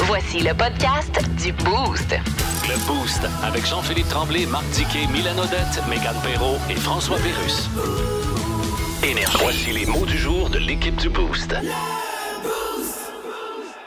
Voici le podcast du Boost. Le Boost avec Jean-Philippe Tremblay, Marc Diquet, Milan Odette, Megan Perrault et François Pérus. Énergie. Voici les mots du jour de l'équipe du Boost.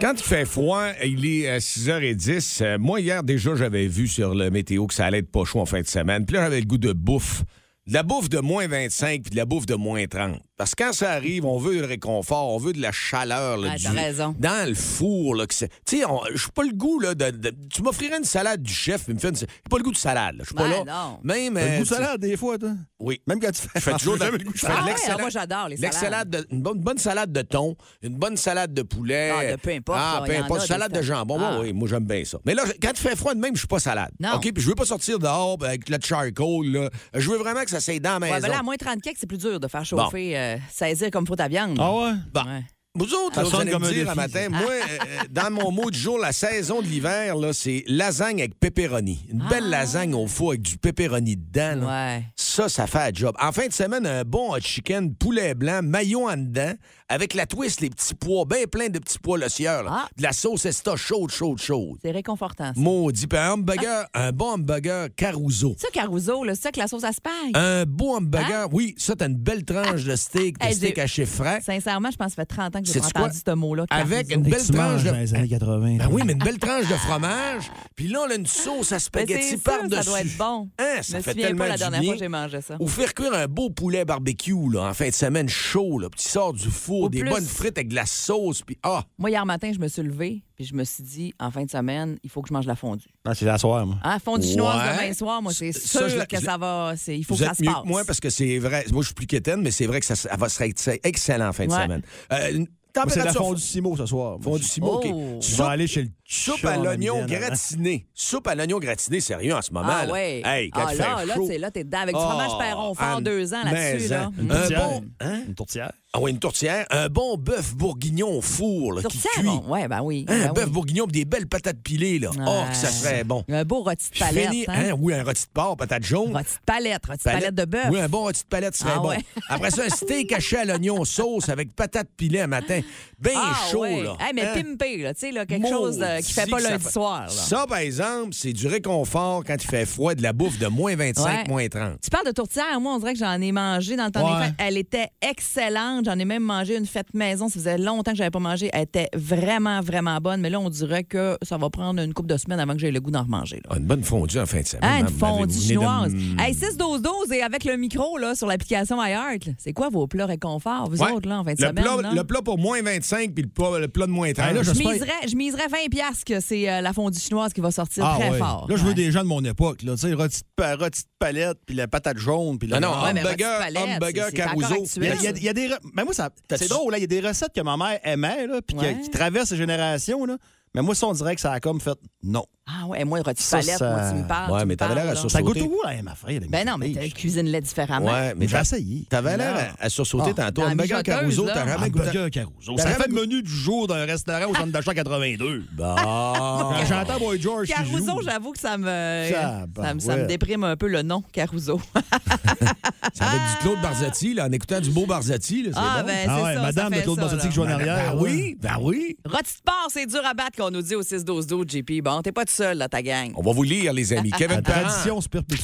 Quand il fait froid, il est euh, à 6h10. Euh, moi, hier, déjà, j'avais vu sur le météo que ça allait être pas chaud en fin de semaine. Puis là, j'avais le goût de bouffe. De la bouffe de moins 25 puis de la bouffe de moins 30. Parce que quand ça arrive, on veut le réconfort, on veut de la chaleur. là, Ouais, du- Ah, t'as raison. Dans le four. là, que c'est- Tu sais, on- je suis pas le goût là, de, de- Tu m'offrirais une salade du chef, mais me fait une... j'ai pas le goût de salade. là. Je suis pas là. Ben non. Même. T'as euh, le goût de tu- salade des fois, toi. Oui. Même quand tu fais. Je fais toujours de, Jamais le goût de je fais Ah de ouais, l'excellent- moi, j'adore les salades. l'excellente de- une bonne, bonne salade de thon, une bonne salade de poulet. Ah, de peu importe, Ah, là, peu y en importe. a des Salade de fa- jambon. Ah. Oui, oui, moi, j'aime bien ça. Mais là, quand il fait froid de même, je suis pas salade. Non. OK, puis je veux pas sortir dehors ben, avec le charcoal. là. Je veux vraiment que ça s'aille dans la maison. Ouais, ben là, à moins 30 cakes, c'est plus dur de faire chauffer, euh, saisir comme faut ta viande. Ah ouais? Bon. Ouais. Vous autres, Ça là, vous sonne allez comme me un dire défi, un matin, moi, euh, dans mon mot du jour, la saison de l'hiver, là, c'est lasagne avec pepperoni. Une Ah. belle lasagne au four avec du pepperoni dedans. là. Ouais. Ça, ça fait un job. En fin de semaine, un bon hot chicken, poulet blanc, maillot en dedans, avec la twist, les petits pois, bien plein de petits pois le sieur. là. Ah. De la sauce esta chaude, chaude, chaude. C'est réconfortant. Ça, Maudit. Puis un hamburger, Ah. un bon hamburger Caruso. Ça, Caruso, là, c'est ça que la sauce aspagne. Un beau hamburger, oui, ça, t'as une belle tranche de steak, de Hein? Hey, steak j'ai- haché frais. Sincèrement, je pense que ça fait 30 ans que j'ai pas Sais-tu quoi? entendu ce mot-là. Avec Caruso. une belle Tu tranche manges de dans les années 80. Ben oui, mais une belle tranche de fromage. Puis là, on a une sauce à Mais spaghetti c'est sûr, par-dessus. Ça doit être bon. Hein, ça Je me fait souviens tellement pas la du dernière bien. fois que j'ai mangé ça. Ou faire cuire un beau poulet barbecue là, en fin de semaine chaud, là, puis tu sors du four, Au des plus. bonnes frites avec de la sauce, puis ah, Moi, hier matin, je me suis levée, puis je me suis dit, en fin de semaine, il faut que je mange la fondue. Ah, c'est la soirée, moi. Hein, fondue chinoise Ouais. demain soir, moi, c'est Ça, sûr je la- que je- ça va. c'est- Il faut vous que êtes ça se mieux passe. que moi parce que c'est vrai. Moi, je suis plus quétaine, mais c'est vrai que ça, ça va se ça va être excellent en fin de Ouais. semaine. Euh, une Moi, C'est la température- fondue Simo ce soir. moi. Fondue Simo, OK. Oh. Je vais Soupe, aller chez le soupe chat à en l'oignon Américaine, hein. gratiné. Soupe à l'oignon gratiné, sérieux en ce moment. Ah là. ouais. Hey, quand ah il là, fait là, chaud. c'est là, t'es dedans avec du fromage Oh, Perron fort Anne, deux ans là-dessus. mais, Là. hein, Une Un tourtière. bon- hein? Une tourtière. Ah oui, une tourtière, un bon bœuf bourguignon au four là, Sur qui ça, cuit. bon, ouais, ben oui. Hein, ben un bœuf oui. bourguignon pis des belles patates pilées, là. Oh, Ouais. que ça serait bon. Un beau rôti de Puis palette. fini- hein. hein, oui, un rôti de porc, patate jaune. Rôti de palette, rôti de palette de bœuf. Oui, un bon rôti de palette serait Ah bon. ouais. Après ça, un steak haché à l'oignon sauce avec patate pilée un matin. Bien ah, chaud, ouais. là. Hey, mais Hein? pimpé, là, tu sais, là, quelque chose euh, qui fait Maudit pas que ça lundi fait- soir. là. Ça, par exemple, c'est du réconfort quand il fait froid, de la bouffe de moins 25, Ouais. moins 30. Tu parles de tourtière, moi on dirait que j'en ai mangé dans le temps des Ouais. fêtes. Elle était excellente. J'en ai même mangé une fête maison. Ça faisait longtemps que j'avais pas mangé. Elle était vraiment, vraiment bonne. Mais là, on dirait que ça va prendre une couple de semaines avant que j'aie le goût d'en remanger. là. Ah, une bonne fondue en fin de semaine. Hein, une hein, m'avez- vous fondue venez de chinoise. me- Hey, 6 12 12 et avec le micro là, sur l'application iHeart, là, c'est quoi vos plats réconfort, vous Ouais. autres, là, en fin de le semaine? plat, là? le plat pour moins 25 puis le plat, le plat de moins 30. Ah, là, Je j'espère- miserais, je miserais 20$ piastres que c'est euh, la fondue chinoise qui va sortir Ah, très ouais. fort. Là, je veux Ouais. des gens de mon époque. Là, tu sais, rôti de pa- rôti de palette, puis la patate jaune, puis Non, la. non, Ouais, mais hamburger, rôti de palette, hamburger, c'est- c'est encore caruso. actuel. Il y a- il y a, il y a des. re- Ben moi, ça. T'as-tu- C'est drôle, là. Il y a des recettes que ma mère aimait, là, puis que- Ouais. qui traversent les générations, là. Mais moi, ça, on dirait que ça a comme fait non. Ah ouais, moi, rôti Ça, palette, ça- moi, tu me parles. Ouais, tu mais me t'avais parles, l'air à là. sauce- Ça Sauter. goûte où, là, ma frère? Ben non, mais tu cuisines-le différemment. Ouais, mais J'ai essayé. T'avais l'air à, à sursauter Ah. tantôt. Dans la Hamburger mijoteuse, Caruso, là. t'as jamais goûté. Hamburger Caruso. T'as Ça jamais fait le menu du jour d'un restaurant au centre d'achat 82. Bon. Quand J'entends Boy George. qui Caruso, joue. j'avoue que ça me, euh, ça, Tabarouette. me, ça me déprime un peu le nom, Caruso. C'est avec du Claude Barzotti, là, en écoutant du beau Barzotti. Là, c'est Ah, bon. ben, c'est Ah ouais, ça. madame ça de fait Claude ça, Bossati là. qui joue en Ben arrière. ouais. oui, ben oui. Rôti de porc, c'est dur à battre qu'on nous dit au 6-12-12, JP. Bon, t'es pas tout seul, là, ta gang. On va vous lire, les amis. Kevin La Parent. tradition se perpétue.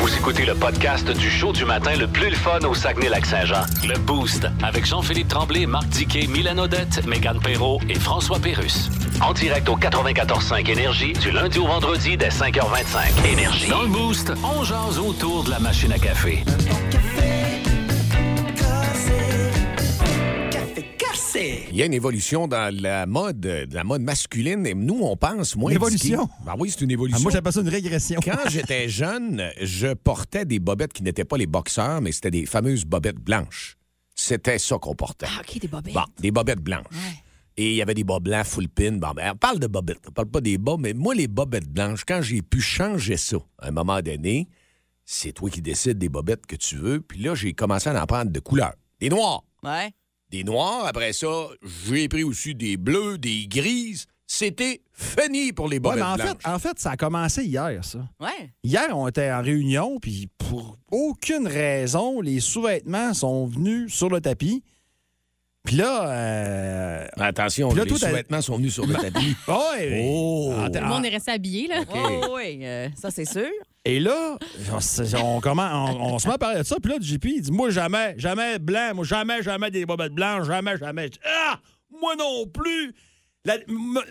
Vous écoutez le podcast du show du matin le plus le fun au Saguenay-Lac-Saint-Jean. Le Boost avec Jean-Philippe Tremblay, Marc Diquet, Milan Odette, Megan Perrault et François Pérus. En direct au 94.5 Énergie du lundi au vendredi dès 5h25. Énergie. Dans le Boost, on jase autour de la machine à café. Il y a une évolution dans la mode, euh, de la mode masculine. Et nous, on pense moins. Une évolution? indiqué. Ben oui, c'est une Ah, évolution. moi, j'appelle ça une régression. Quand j'étais jeune, je portais des bobettes qui n'étaient pas les boxeurs, mais c'était des fameuses bobettes blanches. C'était ça qu'on portait. Ah, OK, t'es bobé. Bon, des bobettes blanches. Et il y avait des bas blancs full pin. Bon, ben, on parle de bobettes. On parle pas des bas, mais moi, les bobettes blanches, quand j'ai pu changer ça, à un moment donné, c'est toi qui décides des bobettes que tu veux. Puis là, j'ai commencé à en prendre de couleurs. Des noirs. Ouais. Des noirs. Après ça, j'ai pris aussi des bleus, des grises. C'était fini pour les Ouais, bobettes mais en blanches. fait, en fait, ça a commencé hier, ça. Ouais. Hier, on était en réunion, puis pour aucune raison, les sous-vêtements sont venus sur le tapis. Puis là, euh, Attention, Puis là, les toi, t'as- sous-vêtements sont venus sur le tapis. ouais, Oh! en- Tout le monde est resté habillé, là. Oh, oui, euh, ça, c'est sûr. Et là, on, s- on commence, on, on se met à parler de ça. Puis là, JP, il dit Moi, jamais, jamais blanc, moi, jamais, jamais des bobettes blanches, jamais, jamais. Je dis, ah Moi non plus La- m-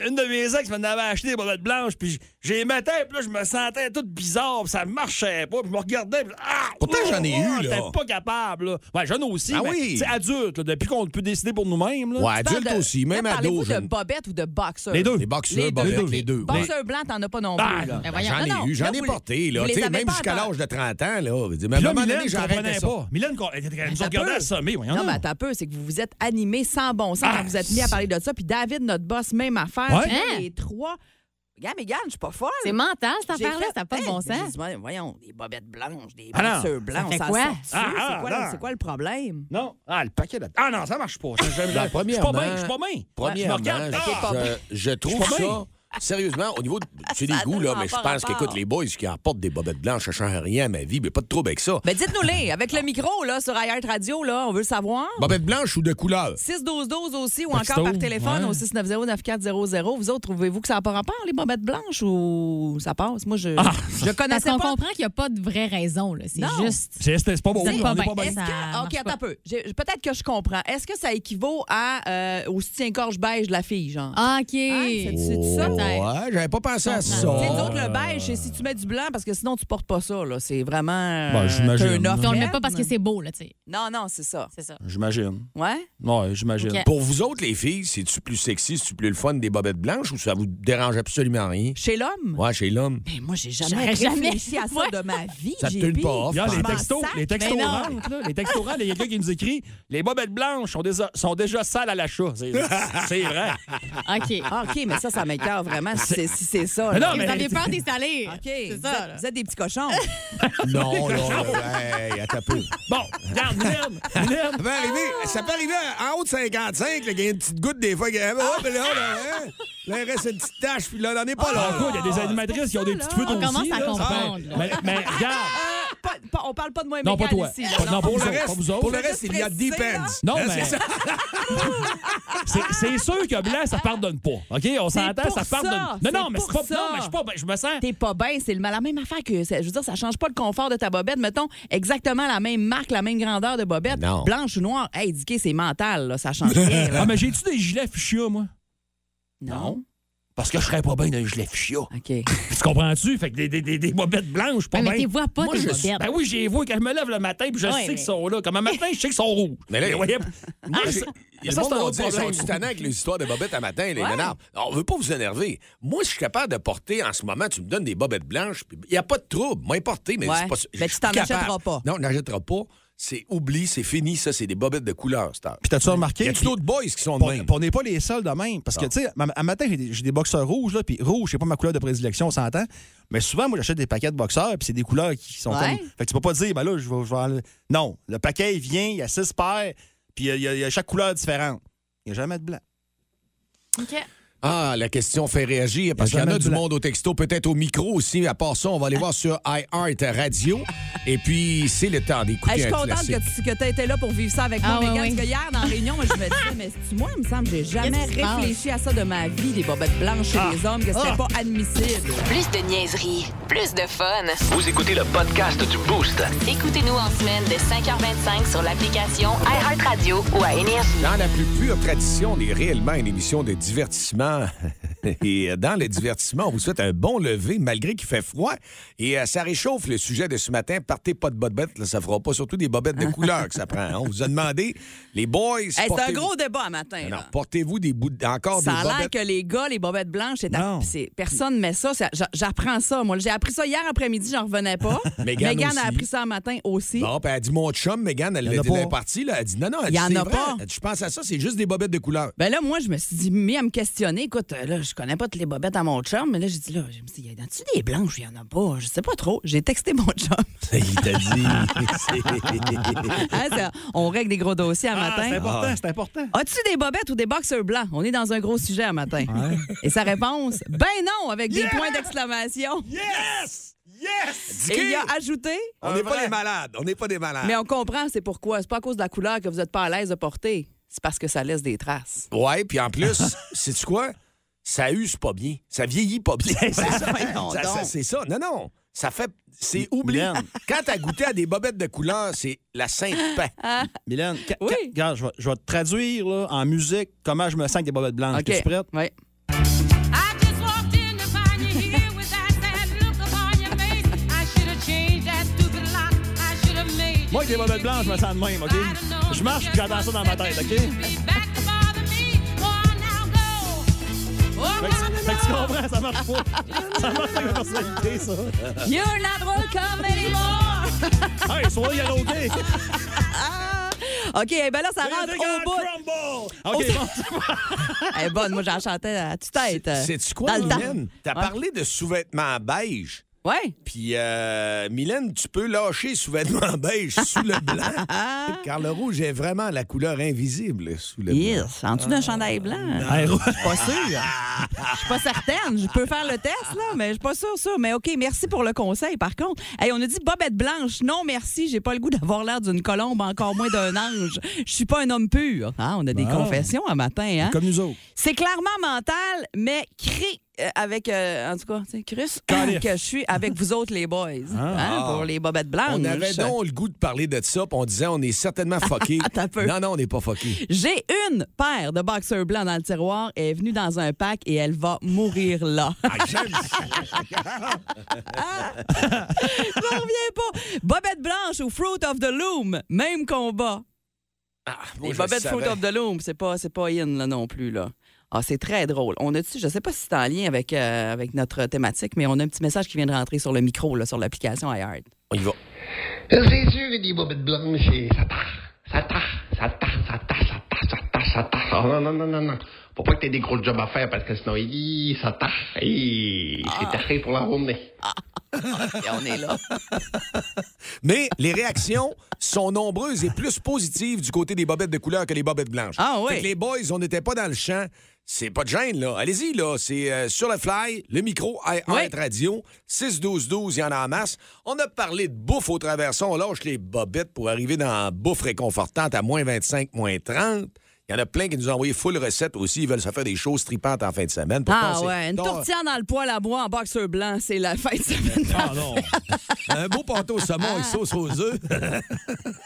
Une de mes ex m'en avait acheté des bobettes blanches, puis j'ai les mettais, puis là, je me sentais tout bizarre, puis ça marchait pas, puis je me regardais, puis ah Pourtant, oh, j'en ai oh, eu, là. T'es pas capable, là. Ouais, j'en ai aussi. Ah mais oui. C'est adulte, là, depuis qu'on peut décider pour nous-mêmes, là. Ouais, Tu parles adulte de- aussi, même là, ado. Parlez-vous de jeune. bobette ou de boxeur? Les deux. Les boxeurs, Les deux. bobettes, ok. les deux. ouais. Boxeur blanc, t'en as pas non plus. Ah, là. Ben voyons, J'en non, ai non. eu, j'en Là, ai vous- porté, là. vous les Tu sais, avez même pas jusqu'à avant. l'âge de 30 ans, là. Je veux dire, Mais à Puis un là, moment Mylène, donné, je j'arrêtais comprenais ça. pas. Mylène, co- elle elle nous Attends regardait peu. à sommet, voyons. Ben, Non, donc. mais attends un peu, c'est que vous vous êtes animés sans bon sens Ah, quand vous êtes mis à parler de ça. Puis David, notre boss, même affaire. Ouais. Puis là, Hein? Les trois. Regarde, mais je suis pas folle. C'est mental, cette J'ai affaire-là. fait- Ça n'a pas de Hey, bon j'ai sens. dit, voyons, Voyons, des bobettes blanches, des Ah non. boxeurs blancs, fait on s'en quoi? sort dessus. Ah, ah, C'est quoi, le- non. c'est quoi le problème? Non. Ah, le paquet là Ah non, ça marche pas. Je- je- je- La je suis première pas main. bien, je suis pas bien. Ben, Premièrement, Je me regarde. Ah! je, je trouve Je suis pas ça. Sérieusement, au niveau de c'est des Ça a goûts, là, tellement mais je pas pense rapport. qu'écoute, les boys qui emportent des bobettes blanches, ça change rien à ma vie, mais pas de trouble avec ça. Ben dites-nous-les, avec le micro là, sur Ailleurs Radio, là, on veut le savoir. Bobettes blanches ou de couleur? 6-12-12 aussi, ou Texto, encore par téléphone ouais. au 690-9400. Vous autres, trouvez-vous que ça n'a pas rapport, les bobettes blanches, ou ça passe? Moi, je Ah. je Parce connaissais qu'on pas. comprend qu'il n'y a pas de vraie raison, là. C'est Non. juste. C'est c'est pas bon. Vous êtes on pas est bien. pas bien. Est-ce Ça que. OK, marche attends pas. un peu. J'ai- Peut-être que je comprends. Est-ce que ça équivaut à, euh, au soutien-gorge beige de la fille, genre? Ah, OK. Hein, c'est- c'est ça? Oh, peut-être. ouais, j'avais pas pensé à ça. Tu sais, nous autres, le beige, c'est si tu mets du blanc, parce que sinon, tu portes pas ça. là. C'est vraiment. euh, Ben, j'imagine. t'as un Puis on le met pas offre. parce que c'est beau, là, tu sais. Non, non, c'est ça. C'est ça. J'imagine. Ouais? Ouais, j'imagine. Ok. Pour vous autres, les filles, c'est-tu plus sexy, c'est-tu plus le fun des bobettes blanches ou ça vous dérange absolument rien? Chez l'homme? Ouais, chez l'homme. Mais moi, j'ai J'aurais jamais réfléchi jamais- à ça Ouais. de ma vie. Ça te JP. tune pas off, hein. Regarde, Je les m'en textos, sac, les textos hein. mais non. rentrent, là. Les textos rentrent, il y a quelqu'un qui nous écrit Les bobettes blanches sont déjà, sont déjà sales à l'achat. C'est c'est vrai. OK. Ah, OK, mais ça, ça m'écœure vraiment si c'est si c'est ça. Mais là. non, mais- Vous avez peur des salés. OK, C'est vous, ça, êtes, là. vous êtes des petits cochons. Non, non, non. Hey, attends un peu. Bon, regarde, Mylène, Mylène. Ça peut arriver, ça peut arriver en haut de 55, là, qu'il y a une petite goutte des fois. qu'il y a- hop, là, là, hein? Là, il reste une petite tache, puis là, on n'en est pas Ah, Bon, là. écoute, Ah, il y a des animatrices qui ont des petites feux On commence aussi, à là. comprendre, Ouais. là. Mais, mais regarde, Pas- pas- on parle pas de moi et non, pas Mégane toi. ici, là, Pas- non, non. pas vous Pour le autres, pas reste, vous autres. pour le reste, il y a Préciser, depends. Non, Hein, c'est mais. ça. C'est- C'est sûr que blanc, ça pardonne pas. OK? On s'entend, pour ça ça, pardonne. c'est Non, non, mais pour c'est pas. ça. Non, mais je suis pas. Je me sens. T'es pas bien, c'est le- la même affaire que. ça- Je veux dire, ça change pas le confort de ta bobette. Mettons exactement la même marque, la même grandeur de bobette. Non. Blanche ou noire. Hey, indiqué, c'est mental, là, ça change rien. là. Ah, mais j'ai-tu des gilets fuchsia, moi? Non. Parce que je serais pas bien d'un gilet fuchsia. OK. Puis tu comprends-tu? Fait que des, des, des, des bobettes blanches, pas Ouais, mais bien. t'es vois pas, Moi, tes je- bobettes. Ben oui, je les vois quand je me lève le matin, puis je Ouais, sais mais- qu'ils sont là. Comme un matin, je sais qu'ils sont rouges. Mais là, Vous voyez? Moi, je- Il y a Ah, ça, le c'est un monde autre qui dit, ils problème. sont tannants avec les histoires de bobettes à matin, les nanars. On veut pas vous énerver. Moi, si je suis capable de porter en ce moment, tu me donnes des bobettes blanches, puis il n'y a pas de trouble. Moi, porter, mais Ouais. c'est pas ça. Mais Je tu suis t'en capable. achèteras pas. Non, on n'achètera pas. C'est oubli, c'est fini. Ça, c'est des bobettes de couleur, cette heure. Puis t'as-tu remarqué? Y a-tu puis- d'autres boys qui sont de Ah. puis même? puis on n'est pas les seuls de même. Parce que, tu sais, ma- à matin, j'ai des, j'ai des boxeurs rouges, là, puis rouge, c'est pas ma couleur de prédilection, on s'entend. Mais souvent, moi, j'achète des paquets de boxeurs, puis c'est des couleurs qui sont Ouais. comme. Fait que tu peux pas dire, ben là, je vais. je vais en- Non, le paquet, il vient, il y a six paires, puis il y a- il y, a- il y a chaque couleur différente. Il n'y a jamais de blanc. OK. Ah, la question fait réagir parce Il qu'il y a y en a jamais du de blanc. monde au texto, peut-être au micro aussi. À part ça, on va aller voir sur iHeart Radio. Et puis, c'est le temps d'écouter Hey, je suis un contente classique. que tu que t'aies été là pour vivre ça avec Ah, moi, ouais, Mégane, ouais. Parce que hier, dans la réunion, moi, je me disais, mais c'est-tu moi, il me semble, j'ai jamais Qu'est-ce qui se passe? réfléchi à ça de ma vie, des bobettes blanches chez les hommes, que c'était pas admissible. Plus de niaiserie, plus de fun. Vous écoutez le podcast du Boost. Écoutez-nous en semaine de 5h25 sur l'application iHeartRadio ou à Énergie. Dans la plus pure tradition, on est réellement une émission de divertissement. et euh, dans le divertissement, on vous souhaite un bon lever, malgré qu'il fait froid. Et euh, ça réchauffe le sujet de ce matin. Partez pas de bobettes, là, ça fera pas. Surtout des bobettes de couleur que ça prend. hein. On vous a demandé, les boys... Hey, c'est un portez-vous- gros débat à matin. Non, là. portez-vous des bouts, encore Oh, des Ça a l'air bobettes. que les gars, les bobettes blanches, c'est Non. c'est- personne met ça. ça- j'a- J'apprends ça, moi. J'ai appris ça hier après-midi, j'en revenais pas. Mégane Mégane aussi. a appris ça un matin aussi. Bon, puis elle a dit mon chum, Megan, elle Y en l'a a dit pas. elle est partie, là. Elle dit non, non, elle dit, Y en c'est a vrai. pas. Elle dit, je pense à ça, c'est juste des bobettes de couleur. Ben là, moi, je me suis dit, mis à me questionner. Écoute, euh, là, je connais pas toutes les bobettes à mon chum, mais là, j'ai dit, là, je me suis dit, y en a-tu des blanches? Il y en a pas. Je sais pas trop. J'ai texté mon chum. Il t'a dit. Hein, ça, on règle des gros dossiers à matin. Ah. important, c'est important. As-tu des bobettes ou des boxers blancs? On est dans un gros sujet à matin. Et sa réponse, ben non, avec des points d'exclamation. Yes! Yes! Et il a ajouté, on n'est pas des malades, on n'est pas des malades. mais on comprend c'est pourquoi. C'est pas à cause de la couleur que vous êtes pas à l'aise de porter. c'est parce que ça laisse des traces. Ouais, puis en plus, sais-tu quoi? Ça use pas bien. Ça vieillit pas bien. c'est ça. voyons Ça- donc. ça- c'est ça. Non, non. Ça fait. C'est oublié. Merde. Quand t'as goûté à des bobettes de couleur, c'est la sainte paix. Mylène, ca- Oui. ca- regarde, je vais, je vais te traduire là, en musique comment je me sens avec des bobettes blanches. OK. Es-tu prête? Oui. I just walked in to find you here with that sad look upon your face. I should have changed that stupid lock. I should have made Moi, avec des bobettes blanches, je me sens de même, OK? Je marche puis j'entends ça dans ma tête, OK? Fait que, fait que tu comprends, ça marche pas. ça marche pas avec la personnalité, ça. You're not welcome anymore! Hey, soyez à l'autre. OK, eh ben là, ça rentre au bout. bout. OK, bon. Elle est bonne, moi, j'en chantais à toute tête. euh, Sais-tu quoi, dans le temps. Mylène? T'as Ouais. parlé de sous-vêtements beige. Ouais. Puis, euh, Mylène, tu peux lâcher sous-vêtements beige sous le blanc. car le rouge est vraiment la couleur invisible sous le blanc. Yes, en dessous d'un chandail blanc. Hey, Ro- Pas sûre. Je suis pas certaine. Je peux faire le test, là, mais je suis pas sûre, ça. Mais OK, merci pour le conseil, par contre. Hey, on a dit bobette blanche. Non, merci. J'ai pas le goût d'avoir l'air d'une colombe, encore moins d'un ange. Je suis pas un homme pur. Ah, on a des Bon. confessions un matin, hein? Comme nous autres. C'est clairement mental, mais crée euh, avec, euh, en tout cas, tu sais, Chris, Calif. que je suis avec vous autres, les boys. Hein, pour les bobettes blanches. On avait donc le goût de parler de ça, puis on disait on est certainement fucké. Attends un peu. non, non, on n'est pas fucké. J'ai une paire de boxers blancs dans le tiroir. Elle est venue dans un pack et elle va mourir là. Je reviens pas. Bobette blanche ou Fruit of the Loom, même combat. les bobettes Fruit of the Loom, c'est pas, c'est pas in là, non plus. là. Ah, c'est très drôle. On a dessus, je sais pas si c'est en lien avec, euh, avec notre thématique, mais on a un petit message qui vient de rentrer sur le micro, là, sur l'application iHeart. On y va. C'est sûr, avec des bobettes blanches et ça tâche, ça tâche, ça tâche, ça tâche, ça tâche, ça tâche, ça tâche. Oh, non, non, non, non, non. Faut pas que t'aies des gros jobs à faire parce que sinon, hi, ça tâche. Hi, C'est Ah. taché pour la journée. Et on est là. Mais les réactions sont nombreuses et plus positives du côté des bobettes de couleur que les bobettes blanches. Ah oui. Fait que les boys, on n'était pas dans le champ. C'est pas de gêne, là. Allez-y, là. C'est euh, sur le fly, le micro, iHeart Oui. Radio, 6-12-12, il y en a en masse. On a parlé de bouffe au traversant. On lâche les bobettes pour arriver dans la bouffe réconfortante à moins 25, moins 30. Il y en a plein qui nous ont envoyé full recette aussi. Ils veulent se faire des choses tripantes en fin de semaine. Pourtant, Ah c'est ouais, une tard. tourtière dans le poêle à bois en boxeur blanc, c'est la fin de semaine. Ah non. Un beau pâteau au saumon avec sauce aux œufs.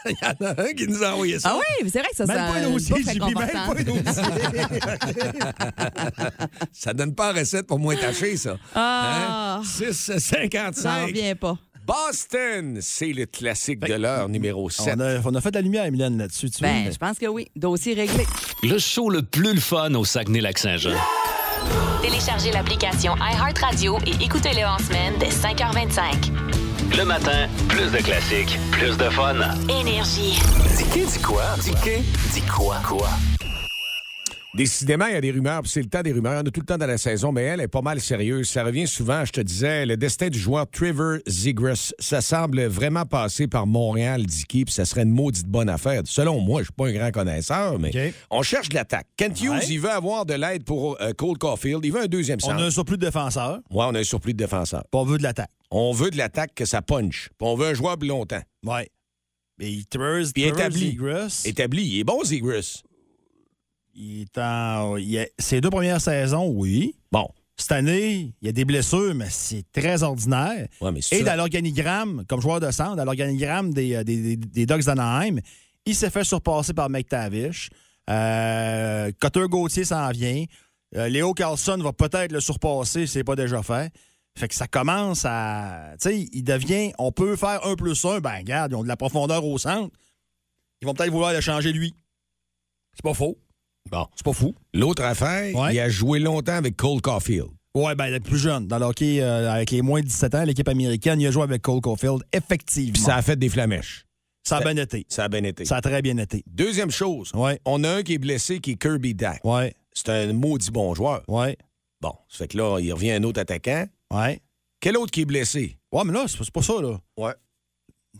Il y en a un qui nous a envoyé ça. Ah oui, c'est vrai que ça, Même ça pas une une OCJ, bouffe même pas réconfortante. Pas une Ah. autre- ça donne pas la recette pour moins tacher, ça. Hein? Ah. 6,55. Ça revient pas. Boston, c'est le classique de l'heure numéro 7. On a, on a fait de la lumière, Mylène, là-dessus. tu vois, Ben, mais- je pense que oui. Dossier réglé. Le show le plus le fun au Saguenay-Lac-Saint-Jean. Téléchargez l'application iHeartRadio et écoutez-le en semaine dès 5h25. Le matin, plus de classiques, plus de fun. Énergie. Dis dit quoi? Dis dit quoi? Quoi? Décidément, il y a des rumeurs, puis c'est le temps des rumeurs. Il y en a tout le temps dans la saison, mais elle est pas mal sérieuse. Ça revient souvent, je te disais, le destin du joueur Trevor Zegras. Ça semble vraiment passer par Montréal, Dicky, puis ça serait une maudite bonne affaire. Selon moi, je suis pas un grand connaisseur, mais OK. on cherche de l'attaque. Kent Hughes, Ouais. il veut avoir de l'aide pour euh, Cole Caulfield. Il veut un deuxième On centre. a un surplus de défenseurs, Ouais, on a un surplus de défenseurs. puis on veut de l'attaque. On veut de l'attaque que ça punch. Puis on veut un joueur plus longtemps. Ouais. Mais il Trevor- Puis Trevor établi. Zegras, Établi, il est bon, Zegras. il est en- il est- ses deux premières saisons, oui. Bon. Cette année, il y a des blessures, mais c'est très ordinaire. Ouais, mais c'est Et ça. dans l'organigramme, comme joueur de centre, dans l'organigramme des, euh, des, des- des Ducks d'Anaheim, il s'est fait surpasser par McTavish. Euh, Cotter Gauthier s'en vient. Euh, Léo Carlson va peut-être le surpasser si ce n'est pas déjà fait. Fait que ça commence à. Tu sais, il devient. On peut faire un plus un. Ben, regarde, ils ont de la profondeur au centre. Ils vont peut-être vouloir le changer lui. C'est pas faux. Bon. C'est pas fou. L'autre affaire, Ouais. il a joué longtemps avec Cole Caulfield. Ouais, ben, il est plus jeune. Dans le hockey, euh, avec les moins de 17 ans, l'équipe américaine, il a joué avec Cole Caulfield. Effectivement. Puis ça a fait des flamèches. ça a bien été. Ça a bien été. Ça a très bien été. Deuxième chose, Ouais. on a un qui est blessé qui est Kirby Dack. Ouais, C'est un maudit bon joueur. ouais, Bon, ça fait que là, il revient un autre attaquant. ouais. Quel autre qui est blessé? Ouais, mais là, c'est c'est pas ça, là. Ouais.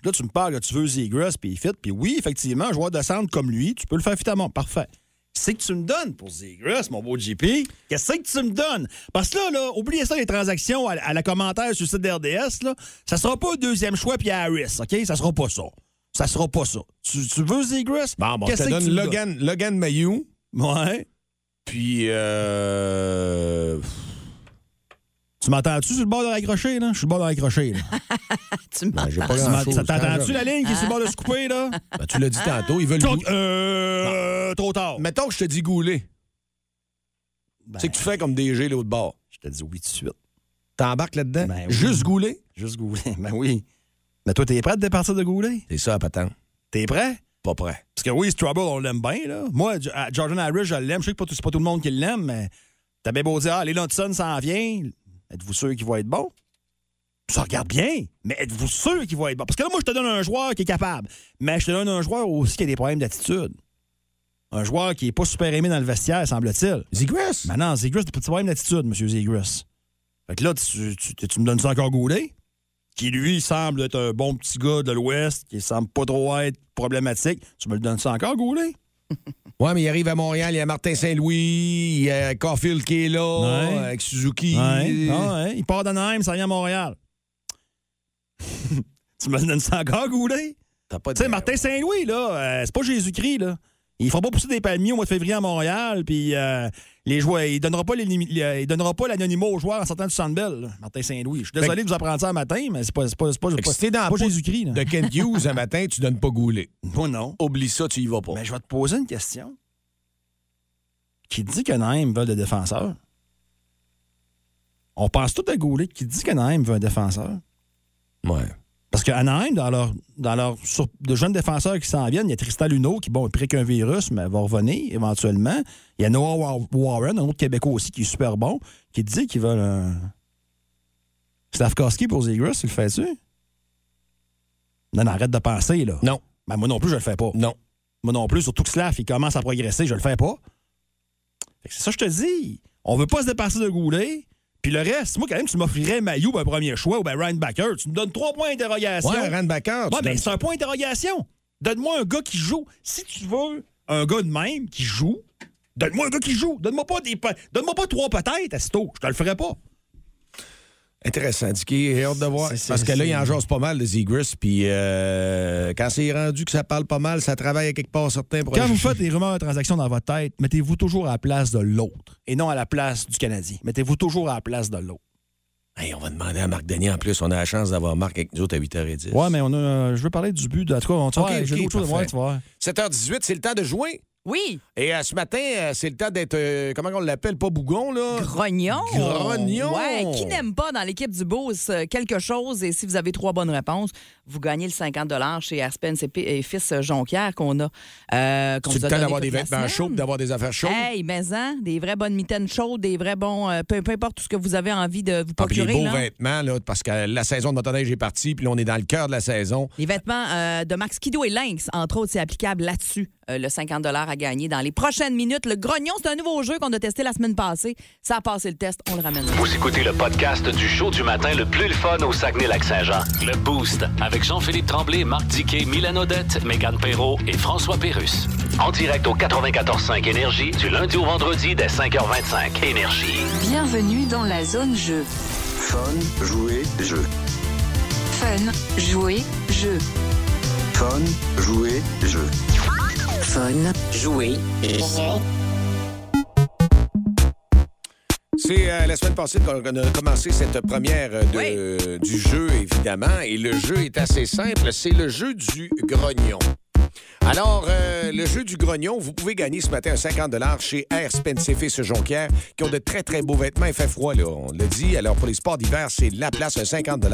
Là, tu me parles, là, tu veux Zegras, puis il fit, puis oui, effectivement, un joueur de centre comme lui, tu peux le faire fit à mort. Parfait. C'est que tu me donnes pour Zegras, mon beau JP. Qu'est-ce que tu me donnes? Parce que là, là, oubliez ça, les transactions à, à la commentaire sur le site d'RDS, là. Ça sera pas un deuxième choix, puis à Harris, OK? Ça sera pas ça. Ça sera pas ça. Tu, tu veux Zegras? Bon, bon, je Qu'est-ce te que donne tu me Logan, Logan Mayou, donnes? Ouais. puis... Euh... Tu m'entends-tu sur le bord de raccrocher, là? Je suis sur le bord de raccrocher, là. Tu m'as- ben, j'ai pas Tu m'en- grand-chose. ça Quand t'entends-tu, la ligne qui est sur le bord de se couper, là? je- Ben, tu l'as dit tantôt, ils veulent... Donc, gou- euh, trop tard. Mettons que je te dis gouler. Ben, C'est que tu fais comme DG l'autre bord. Je te dis oui tout de suite. T'embarques là-dedans? Ben oui. Juste gouler? Juste Goulet. Ben oui. Mais toi, t'es prêt de partir de Goulet? C'est ça, patent. T'es prêt? Pas prêt. Parce que oui, Trouble, on l'aime bien, là. Moi, J- à- Jordan Harris, je l'aime. Je sais que pas tout- c'est pas tout le monde qui l'aime, mais t'as bien beau dire, ah, Leland Hudson s'en vient. Êtes-vous sûr qu'il va être bon? Ça regarde bien, mais êtes-vous sûr qu'il va être bon? Parce que là, moi, je te donne un joueur qui est capable, mais je te donne un joueur aussi qui a des problèmes d'attitude. Un joueur qui est pas super aimé dans le vestiaire, semble-t-il. Zigris? Maintenant, Zegras, t'as pas de problème d'attitude, M. Zegras. Fait que là, tu, tu- tu- tu me donnes ça encore Goulet, qui lui semble être un bon petit gars de l'Ouest, qui semble pas trop être problématique. Tu me le donnes ça encore Goulet? Ouais, mais il arrive à Montréal, il y a Martin Saint-Louis, il y a Caulfield qui est là, euh, Ouais. avec Suzuki. Ouais. Ah ouais. Il part d'Anaheim, ça vient à Montréal. tu me le donnes ça encore Goulet? T'as pas de- Tu sais, Martin Saint-Louis, là, euh, c'est pas Jésus-Christ, là. Il fera pas pousser des palmiers au mois de février à Montréal, puis euh, les joueurs, il donnera pas l'animi- il donnera pas l'anonymat aux joueurs en sortant du Centre Bell, là, Martin Saint-Louis. Je suis désolé de vous apprendre ça un matin, mais c'est pas c'est pas c'est pas, Fait que si c'est t'es dans pas, la pas peau Jésus-Christ là. De Kent Hughes un matin, tu donnes pas gouler. Ben, Moi, non. Oublie ça, tu y vas pas. Mais je vais te poser une question. Qui dit que Naïm veut de défenseur On pense tout à Goulet qui dit que Naïm veut un défenseur. Ouais. Parce qu'à Anaheim, dans leur, dans leur sur- de jeunes défenseurs qui s'en viennent, il y a Tristan Luneau qui, bon, est pris qu'un virus, mais va revenir éventuellement. Il y a Noah Wa- Warren, un autre Québécois aussi, qui est super bon, qui dit qu'ils veulent un. Slavkowski pour Zegras, tu le fais-tu? Non, non, arrête de penser, là. Non, Ben, moi non plus, je le fais pas. non. Moi non plus, surtout que Slav, il commence à progresser, je le fais pas. Fait que C'est ça que je te dis. On veut pas se dépasser de Goulet. Puis le reste, moi, quand même, tu m'offrirais Mayou un premier choix ou ben Ryan Backer. Tu me donnes trois points d'interrogation. Ouais, ben, Randbacker, tu Ouais, mais donnes- c'est un point d'interrogation. Donne-moi un gars qui joue. Si tu veux un gars de même qui joue, donne-moi un gars qui joue. Donne-moi pas des pe- donne-moi pas trois peut-être, Asto. Je te le ferai pas. Intéressant, Dicky. J'ai hâte de voir. C'est- c'est- Parce que là, c'est- il en jase pas mal de Zigris. Puis euh, quand c'est rendu que ça parle pas mal, ça travaille à quelque part certain pour Quand aller vous chercher- faites des rumeurs de transactions dans votre tête, mettez-vous toujours à la place de l'autre et non à la place du Canadien. Mettez-vous toujours à la place de l'autre. Hey, on va demander à Marc Denis en plus. On a la chance d'avoir Marc avec nous autres à 8h10. Ouais, mais on a, euh, je veux parler du but. De, en tout cas, on, tu Ok, vois, j'ai ok, d'autres choses à voir, parfait. tu vois. 7h18, c'est le temps de jouer. Oui, Et euh, ce matin, euh, c'est le temps d'être, euh, comment on l'appelle, pas bougon, là? grognon. Grognon. Ouais, qui n'aime pas dans l'équipe du Beauce euh, quelque chose? Et si vous avez trois bonnes réponses, vous gagnez le 50 chez Aspen CP et Fils Jonquière qu'on a. euh, qu'on C'est vous a le temps donné d'avoir des toute la vêtements semaine. chauds, d'avoir des affaires chaudes. Hey, maison, des vraies bonnes mitaines chaudes, des vrais bons. euh, peu, peu importe tout ce que vous avez envie de vous Ah, puis procurer. les beaux là. vêtements, là, parce que la saison de motoneige est partie, puis là, on est dans le cœur de la saison. Les vêtements euh, de Max Kido et Lynx, entre autres, c'est applicable là-dessus. Euh, le 50 à gagner dans les prochaines minutes. Le grognon, c'est un nouveau jeu qu'on a testé la semaine passée. Ça a passé le test, on le ramène. Vous écoutez le podcast du show du matin le plus le fun au Saguenay-Lac-Saint-Jean. Le Boost avec Jean-Philippe Tremblay, Marc Diquet, Milan Odette, Megan Perrault et François Pérus. En direct au 94.5 Énergie du lundi au vendredi dès 5h25. Énergie. Bienvenue dans la zone jeu. Fun, jouer, jeu. Fun, jouer, jeu. Fun, jouer, jeu. Fun, jouer. C'est euh, la semaine passée qu'on qu'on a commencé cette première euh, de- Oui. euh, du jeu, évidemment. Et le jeu est assez simple. C'est le jeu du grognon. Alors, euh, le jeu du grognon, vous pouvez gagner ce matin un 50 chez Air Spensifis Jonquière, qui ont de très, très beaux vêtements. Il fait froid, là, on le dit. Alors, pour les sports d'hiver, c'est la place, un 50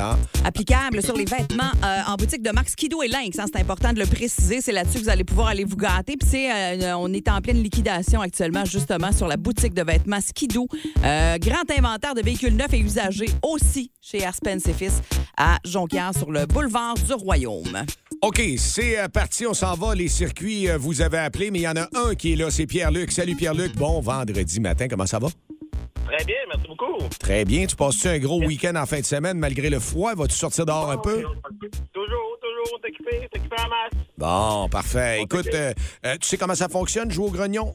Applicable sur les vêtements euh, en boutique de Max Kido et Lynx. hein. c'est important de le préciser. C'est là-dessus que vous allez pouvoir aller vous gâter. Puis, tu sais, euh, on est en pleine liquidation actuellement, justement, sur la boutique de vêtements Skidoo. Euh, grand inventaire de véhicules neufs et usagés aussi chez Aspen et Fils à Jonquière sur le boulevard du Royaume. OK, c'est euh, parti, on s'en va. Les circuits, euh, vous avez appelé, mais il y en a un qui est là, c'est Pierre-Luc. Salut Pierre-Luc, bon vendredi matin, comment ça va? Très bien, merci beaucoup. Très bien, tu passes-tu un gros week-end en fin de semaine malgré le froid? Vas-tu sortir dehors un euh, peu? Toujours, toujours, t'occuper, t'occuper en masse. Bon, parfait. Écoute, euh, euh, tu sais comment ça fonctionne, jouer au grognon?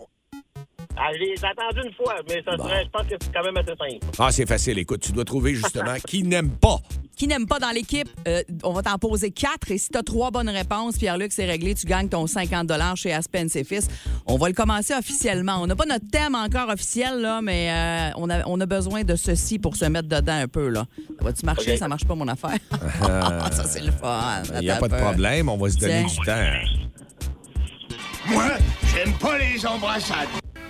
Ah, je l'ai attendu une fois, mais ça serait, je pense que c'est quand même assez simple. Ah, c'est facile. Écoute, tu dois trouver justement qui n'aime pas. Qui n'aime pas dans l'équipe, euh, on va t'en poser quatre. Et si tu as trois bonnes réponses, Pierre-Luc, c'est réglé, tu gagnes ton 50 chez Aspen et Fils. On va le commencer officiellement. On n'a pas notre thème encore officiel, là, mais euh, on, a, on a besoin de ceci pour se mettre dedans un peu. Là. Ça va-tu marcher? Ok. Ça marche pas, mon affaire. Ah, ça, c'est le fun. Il n'y a pas Attends de un peu. problème, on va se donner Bah, Tiens. du temps. Moi, j'aime pas les embrassades.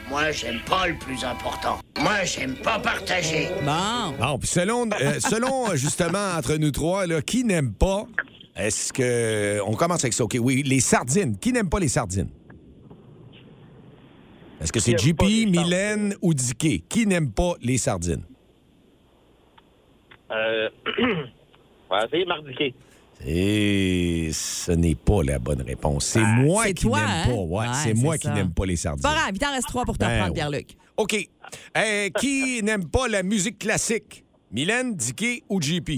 Moi, j'aime pas le plus important. Moi, j'aime pas partager. Bon. Bon, puis selon, euh, selon euh, justement, entre nous trois, là, qui n'aime pas, est-ce que. On commence avec ça, OK. Oui, les sardines. Qui n'aime pas les sardines? Est-ce que c'est JP, Mylène ou Dicky? Qui n'aime pas les sardines? Euh, on va essayer de mardiquer. Et ce n'est pas la bonne réponse. C'est moi c'est qui toi, n'aime hein? pas. Ouais, Ouais, c'est c'est moi qui ça. n'aime pas les C'est sardines. Pas grave, il t'en reste trois pour t'en Ben prendre, oui. Pierre-Luc. OK. Euh, qui n'aime pas la musique classique? Mylène, Dicky ou JP?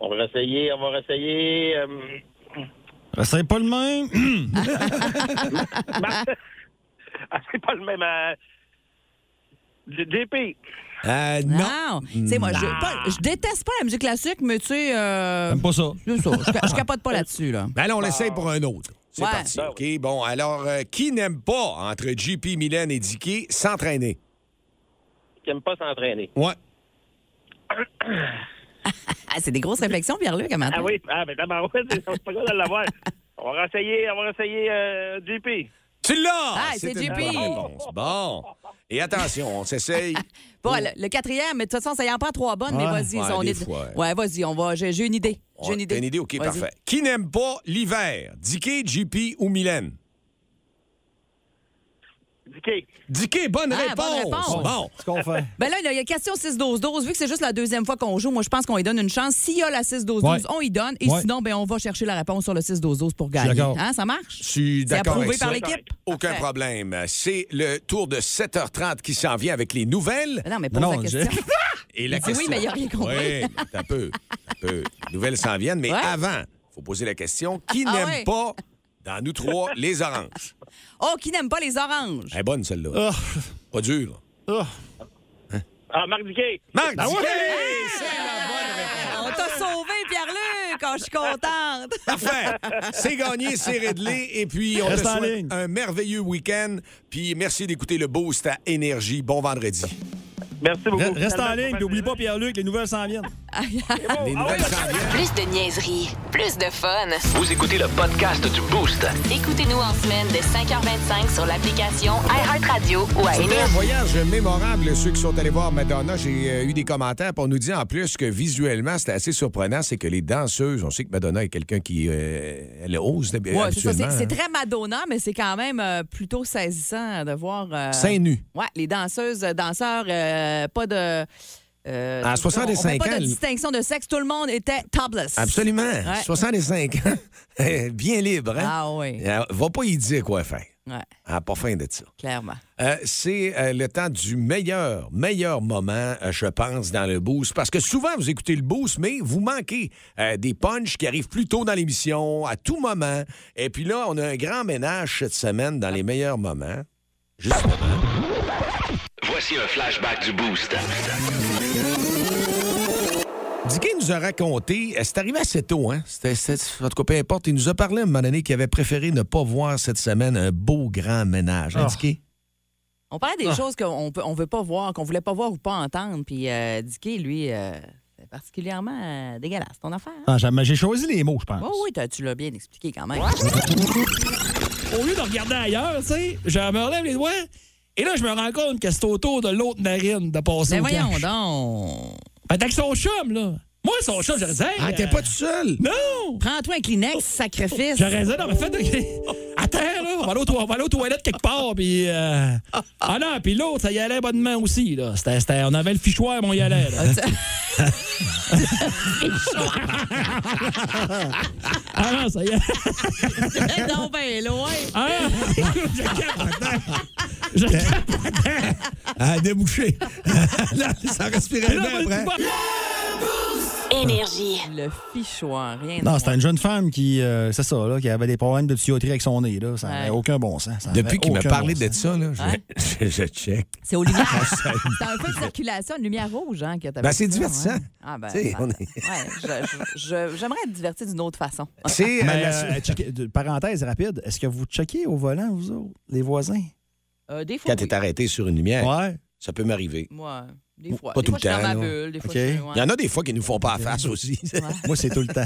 On va essayer, on va essayer. euh, C'est Ben, pas le même. ah, c'est pas le même. euh, JP. Euh, non. Tu sais, moi, je, Non. pas- je déteste pas la musique classique, mais tu sais. euh, J'aime pas ça. c'est ça. Je, ca- je capote pas là-dessus, là. Ben là, on l'essaye pour un autre. C'est Ouais. parti. OK, bon, alors, euh, qui n'aime pas, entre JP, Mylène et Dicky, s'entraîner? Qui aime pas s'entraîner. Ouais. Ah, c'est des grosses réflexions, Pierre-Luc, à matin. Ah oui, ah, mais d'abord, ouais, c'est c'est pas grave de l'avoir. On va essayer, on va essayer euh, JP. Tu l'as! Ah, c'est une JP. bonne réponse. Bon. Et attention, on s'essaye. Bon, le, le quatrième, mais de toute façon, ça y en prend trois bonnes, mais Ouais. vas-y. Ouais, on des est- fois. Ouais, vas-y, on va. J'ai j'ai une idée. J'ai une idée. T'as une idée? OK, Vas-y. parfait. Qui n'aime pas l'hiver? Dicky, JP ou Mylène? Dicky. Dicky, bonne, Ah, réponse. bonne réponse. Bon. Ce qu'on fait. Ben là, il y a question 6-12-12. Vu que c'est juste la deuxième fois qu'on joue, moi, je pense qu'on y donne une chance. S'il y a la 6-12-12, Ouais. on y donne. Et Ouais. sinon, ben, on va chercher la réponse sur le 6-12-12 pour gagner. d'accord. Hein, ça marche? Je suis C'est d'accord approuvé avec par ça. l'équipe? Aucun Parfait. problème. C'est le tour de 7h30 qui s'en vient avec les nouvelles. Mais Ben non, mais pose la question. Et la Il dit oui, question. mais il a rien compris. Oui, un peu. t'as peu. Les nouvelles s'en viennent, mais avant, il faut poser la question qui Ah n'aime ouais. pas, dans nous trois, les oranges Oh, qui n'aime pas les oranges? Elle est bonne, Ah. celle-là. Pas dure. Ah, Marc Diquet. Marc Ben Ah, Diquet. Ah, on t'a sauvé, Pierre-Luc! Oh, je suis contente! Parfait. C'est gagné, c'est réglé. Et puis, on Reste te en souhaite ligne. un merveilleux week-end. Puis, merci d'écouter le Boost à Énergie. Bon vendredi. Merci Re- Reste en ligne, puis oublie pas, Pierre-Luc, les nouvelles s'en viennent. Les nouvelles s'en viennent. Plus de niaiserie, plus de fun. Vous écoutez le podcast du Boost. Écoutez-nous en semaine de 5h25 sur l'application iHeartRadio ou à C'était un Énergie. voyage mémorable, ceux qui sont allés voir Madonna. J'ai euh, eu des commentaires. puis On nous dit en plus que visuellement, c'était assez surprenant. C'est que les danseuses, on sait que Madonna est quelqu'un qui euh, elle ose euh, Ouais, c'est ça. habituellement, C'est- C'est hein. très Madonna, mais c'est quand même euh, plutôt saisissant de voir. euh, Seins nus. Ouais, les danseuses, euh, danseurs, euh, pas de. euh, À 65 on fait Pas ans, de le- distinction de sexe, tout le monde était topless. Absolument. Ouais. 65 ans. Bien libre. Hein? Ah oui. Elle va pas y dire quoi faire. Ouais, Elle n'a pas fin de ça. clairement. Euh, c'est euh, le temps du meilleur, meilleur moment, euh, je pense, dans le boost. Parce que souvent, vous écoutez le boost, mais vous manquez euh, des punchs qui arrivent plus tôt dans l'émission, à tout moment. Et puis là, on a un grand ménage cette semaine dans les meilleurs moments. Justement. Voici un flashback du Boost. Dicky nous a raconté, euh, c'est arrivé assez tôt, hein? C'était, c'était- en tout cas, peu importe. Il nous a parlé à un moment donné qu'il avait préféré ne pas voir cette semaine un beau grand ménage. Hein, Oh. Dicky? On parlait Ah. des choses qu'on peut, on veut pas voir, qu'on voulait pas voir ou pas entendre. Puis euh, Dicky, lui, euh, c'est particulièrement euh, dégueulasse, ton affaire. Ah, j'ai- mais j'ai choisi les mots, je Ah. pense. Oui, oui, t'as- tu l'as bien expliqué quand même. Au lieu de regarder ailleurs, tu sais, je me relève les doigts et là, je me rends compte que c'est autour de l'autre narine de Mais passer au Ben, voyons cash. donc. Fait que son chum, là. Moi, son chum, j'aurais dit... hey, Ah, t'es euh, pas tout seul! Non! Prends-toi un Kleenex, sacrifice. J'aurais dit, non, mais faites... Attends, là, on va aller aux, toi- on va aller aux toilettes quelque part, puis... euh, Ah non, puis l'autre, ça y allait bonnement aussi, là. C'était, c'était- on avait le fichoir, mais on y allait, là. ah non, ça y est. non, ben loin. Ah, je capotais. Je capotais. À déboucher! ça respirait Ah, Puis là, bien moi, après. tu vois- Énergie. Le fichoir, rien Non, de c'était une jeune femme qui, euh, c'est ça, là, qui avait des problèmes de tuyauterie avec son nez. Là. Ça n'avait aucun bon sens. Ça Depuis avait qu'il m'a aucun parlé bon de sens. ça, là, je, Ouais. je- je check. C'est au lumière. Ah, c'est un peu de circulation, une lumière rouge, hein, que t'avais Ben, c'est dit ça, divertissant. ouais. Ah, ben, Tu sais, ça- on est- ouais, je- je- je- j'aimerais être diverti d'une autre façon. C'est, euh, Mais, la- euh, checker- de- parenthèse rapide, est-ce que vous checkez au volant, vous autres, les voisins? Euh, des fois, Quand oui. t'es arrêté sur une lumière, ça peut m'arriver. Moi, des fois. Pas Des tout fois, le je suis temps, dans ma là. bulle, des fois, OK. je suis- ouais. Il y en a des fois qui nous font pas à face aussi. Moi, c'est tout le temps.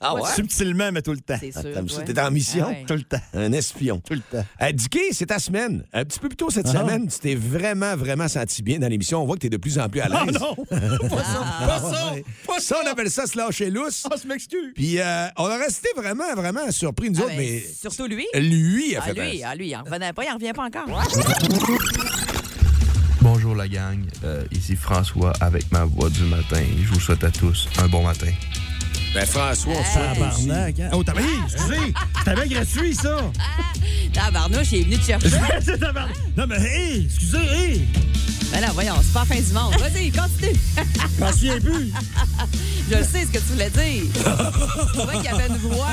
Ah ouais? Subtilement, mais tout le temps. C'est Ah, sûr. t'aimes ça? ouais. T'es en mission? Ah ouais. Tout le temps. Un espion. Tout le temps. Euh, Dicky, c'est ta semaine. Un petit peu plus tôt cette Ah. semaine, tu t'es vraiment, vraiment senti bien dans l'émission. On voit que t'es de plus en plus à Ah l'aise. Pas ça! Ah, Pas ça! Ah Pas ça, on appelle ça se lâcher lousse. Ah, je m'excuse! Puis euh, on a resté vraiment, vraiment surpris, nous Ah, autres, ben, mais Surtout lui. lui a Ah, fait lui, un- ah, lui, il en revenait pas, il en revient pas encore. Bonjour la gang, Euh, ici François avec ma voix du matin. Je vous souhaite à tous un bon matin. Ben, François, on Ah, barnac, hein? Oh, t'as bien, excusez! T'as bien gratuit, ça! Tabarnouche, il est venu te chercher. C'est tabarnak. non, mais, hé, excusez, hé! Ben là, voyons, c'est pas la fin du monde. Vas-y, continue. Je m'en souviens plus! Je le sais ce que tu voulais dire. tu vois qu'il y avait une voix.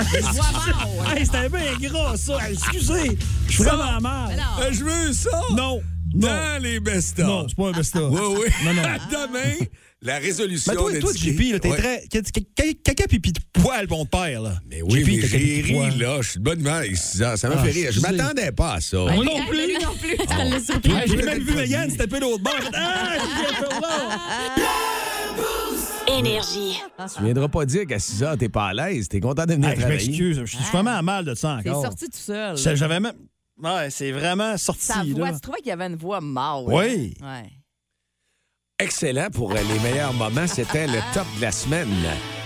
euh, Une voix mort. Hey, c'était bien gras, ça! Hey, excusez! Je suis vraiment mal! Mais non. Euh, Je veux ça! Non! Non! Dans les best-of. Non, c'est pas un besta. Oui, oui. Non, non. Demain, la résolution Mais toi, de toi, Dicky. JP, là, t'es Ouais. très. ca- ca- Caca pipi de poil, bon père, là. Mais Eh oui, JP, mais caca, pipi j'ai de ri, poil. là. Je suis de bonne humeur. Et Ça ça m'a Ah, fait rire. Je excusez. m'attendais pas à ça. Moi non plus! Lui non plus, ça l'a surpris. Ouais, J'ai même vu Megan se taper l'autre bord. Ah, j'ai fait ça! Énergie. Tu viendras pas dire qu'à 6 heures, t'es pas à l'aise. T'es content de venir Hey, Je travailler. m'excuse, je suis vraiment mal de ça Ah. C'est encore. sorti tout seul. Ça, J'avais même. Ouais, c'est vraiment sorti. Sa voix, là. tu trouvais qu'il y avait une voix mort. Oui. Ouais. Excellent pour euh, les meilleurs moments. C'était le top de la semaine.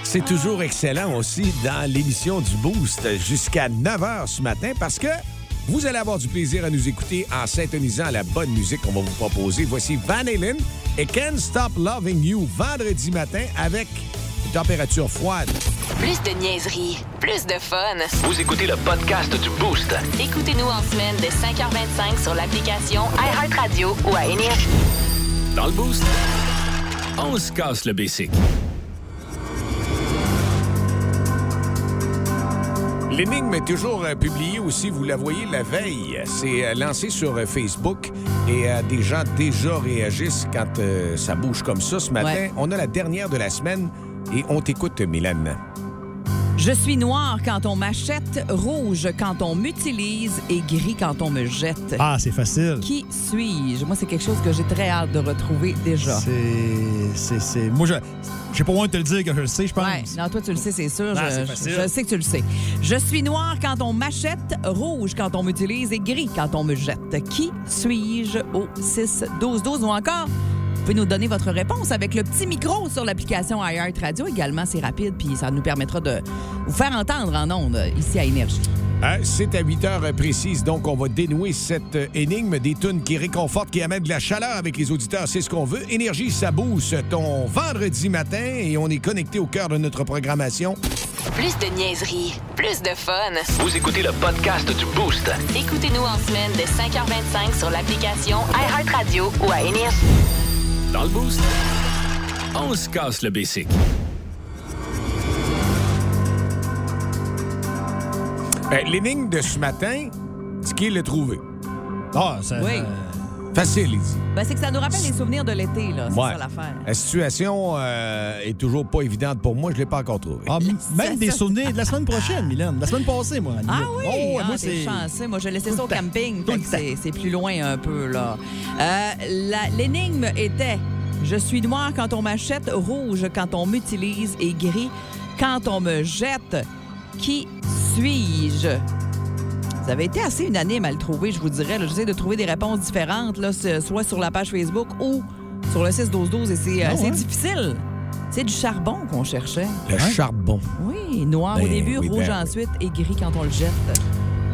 C'est toujours excellent aussi dans l'émission du Boost jusqu'à 9 h ce matin parce que vous allez avoir du plaisir à nous écouter en syntonisant la bonne musique qu'on va vous proposer. Voici Van Halen et Can't Stop Loving You vendredi matin avec une température froide. Plus de niaiserie, plus de fun. Vous écoutez le podcast du Boost. Écoutez-nous en semaine de 5h25 sur l'application iHeartRadio ou à Énergie. Dans le Boost, on se casse le basic. L'énigme est toujours euh, publiée aussi, vous la voyez la veille. C'est euh, lancé sur euh, Facebook et euh, des gens déjà réagissent quand euh, ça bouge comme ça ce matin. Ouais. On a la dernière de la semaine et on t'écoute, Mylène. Je suis noir quand on m'achète, rouge quand on m'utilise et gris quand on me jette. Ah, c'est facile. Qui suis-je? Moi, c'est quelque chose que j'ai très hâte de retrouver déjà. C'est. c'est- C'est. Moi, je. J'ai pas moins de te le dire que je le sais, je pense. Ouais. Non, toi, tu le sais, c'est sûr. Ah, c'est je, facile. je- je sais que tu le sais. Je suis noir quand on m'achète, rouge quand on m'utilise et gris quand on me jette. Qui suis-je au 6-12-12 ou encore? Vous pouvez nous donner votre réponse avec le petit micro sur l'application iHeart Radio. Également, c'est rapide, puis ça nous permettra de vous faire entendre en ondes euh, ici à Énergie. Hein, c'est à 8 heures euh, précises, donc on va dénouer cette euh, énigme des tunes qui réconfortent, qui amènent de la chaleur avec les auditeurs. C'est ce qu'on veut. Énergie, ça bouge ton vendredi matin et on est connecté au cœur de notre programmation. Plus de niaiserie, plus de fun. Vous écoutez le podcast du Boost. Écoutez-nous en semaine de 5h25 sur l'application iHeartRadio ou à Énergie. Dans le Boost, on se casse le basic. Euh, L'énigme de ce matin, Dicky l'a trouvée. Ah, ça. Oui. Facile, il dit. Ben, c'est que ça nous rappelle les souvenirs de l'été, là. C'est Ouais. ça l'affaire. La situation euh, est toujours pas évidente pour moi. Je l'ai pas encore trouvée. Ah, m- même des souvenirs de la semaine prochaine, Mylène. La semaine passée, moi. à la Ah limite. oui, Oh, ouais, ah, moi, t'es c'est. chanceux. Moi, je laissais Tout ça au le temps. camping, Tout fait le que c'est c'est plus loin un peu, là. Euh, la- L'énigme était « Je suis noir quand on m'achète, rouge quand on m'utilise et gris quand on me jette. Qui suis-je? » Vous avez été assez unanime à le trouver, je vous dirais. là. J'essaie de trouver des réponses différentes, là, ce- soit sur la page Facebook ou sur le 6-12-12, et c'est euh, Ah ouais? c'est difficile. C'est du charbon qu'on cherchait. Le Hein? charbon. Oui, noir au Ben début, oui, ben rouge oui. ensuite et gris quand on le jette.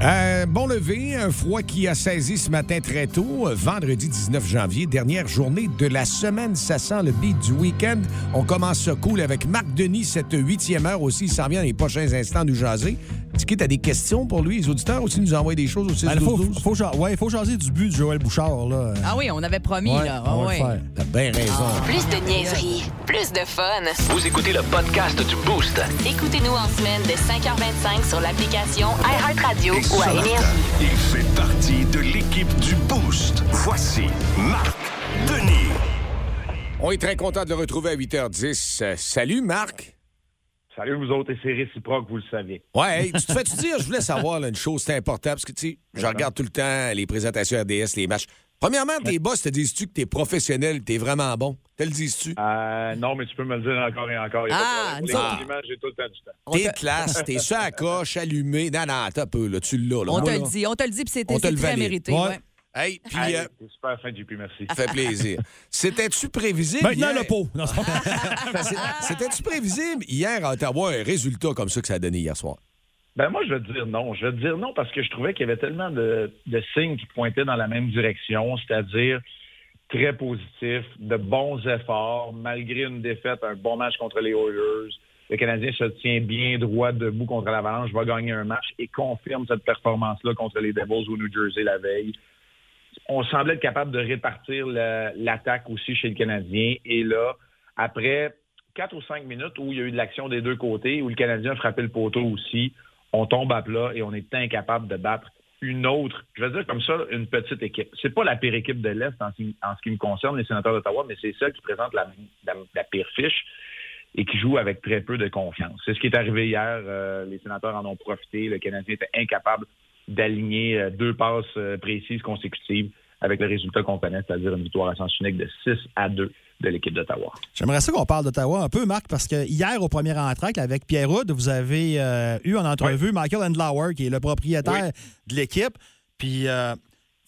Euh, bon lever, un froid qui a saisi ce matin très tôt, euh, vendredi 19 janvier, dernière journée de la semaine. Ça sent le beat du week-end. On commence ça cool avec Marc Denis, cette huitième heure aussi. Il s'en vient dans les prochains instants nous jaser. Dicky, t'as des questions pour lui? Les auditeurs aussi nous envoient des choses aussi. Ben, faut, faut, faut, ja- ouais, faut jaser du but de Joël Bouchard. Là. Ah oui, on avait promis, Ouais, là. on Ah va le ouais. faire. T'as bien raison. Plus de niaiserie, plus de fun. Vous écoutez le podcast du Boost. Écoutez-nous en semaine de 5h25 sur l'application iHeartRadio ou à Énergie. Il fait partie de l'équipe du Boost. Voici Marc Denis. On est très content de le retrouver à 8h10. Euh, salut, Marc. Salut, vous autres, et c'est réciproque, vous le savez. Ouais, hey, tu te fais-tu dire, je voulais savoir là, une chose, c'est important, parce que, tu sais, je regarde tout le temps les présentations RDS, les matchs. Premièrement, tes boss te disent-tu que t'es professionnel, t'es vraiment bon? Te le disent-tu? Euh, non, mais tu peux me le dire encore et encore. Il y a Ah, pas de problème. Pour les nous autres- compliments, j'ai tout le temps du temps. T'es classe, t'es ça à coche, allumé. Non, non, attends un peu, là, tu l'as. là. On Moi, te le là, dit, on te le dit, puis c'était on te c'est le très valide. mérité. Ouais. ouais. Hey, puis. Allez, euh, t'es super fin, JP, merci. Ça fait plaisir. C'était-tu prévisible? Maintenant, hier? le pot. Non, c'est pas vrai. C'est- C'était-tu prévisible hier à Ottawa, un résultat comme ça que ça a donné hier soir? Ben moi, je vais te dire non. Je vais te dire non parce que je trouvais qu'il y avait tellement de, de signes qui pointaient dans la même direction, c'est-à-dire très positif, de bons efforts, malgré une défaite, un bon match contre les Oilers. Le Canadien se tient bien droit debout contre l'Avalanche, va gagner un match et confirme cette performance-là contre les Devils au New Jersey la veille. On semblait être capable de répartir la- l'attaque aussi chez le Canadien. Et là, après quatre ou cinq minutes où il y a eu de l'action des deux côtés, où le Canadien a frappé le poteau aussi, on tombe à plat et on est incapable de battre une autre, je vais dire comme ça, une petite équipe. C'est pas la pire équipe de l'Est en, ce qui- en ce qui me concerne, les sénateurs d'Ottawa, mais c'est celle qui présente la, la- la pire fiche et qui joue avec très peu de confiance. C'est ce qui est arrivé hier. euh, les sénateurs en ont profité. Le Canadien était incapable d'aligner euh, deux passes euh, précises consécutives avec le résultat qu'on connaît, c'est-à-dire une victoire à sens unique de 6 à 2 de l'équipe d'Ottawa. J'aimerais ça qu'on parle d'Ottawa un peu, Marc, parce que hier, au premier entracte avec Pierre Houd, vous avez euh, eu en entrevue Michael Andlauer, qui est le propriétaire de l'équipe. Puis, euh,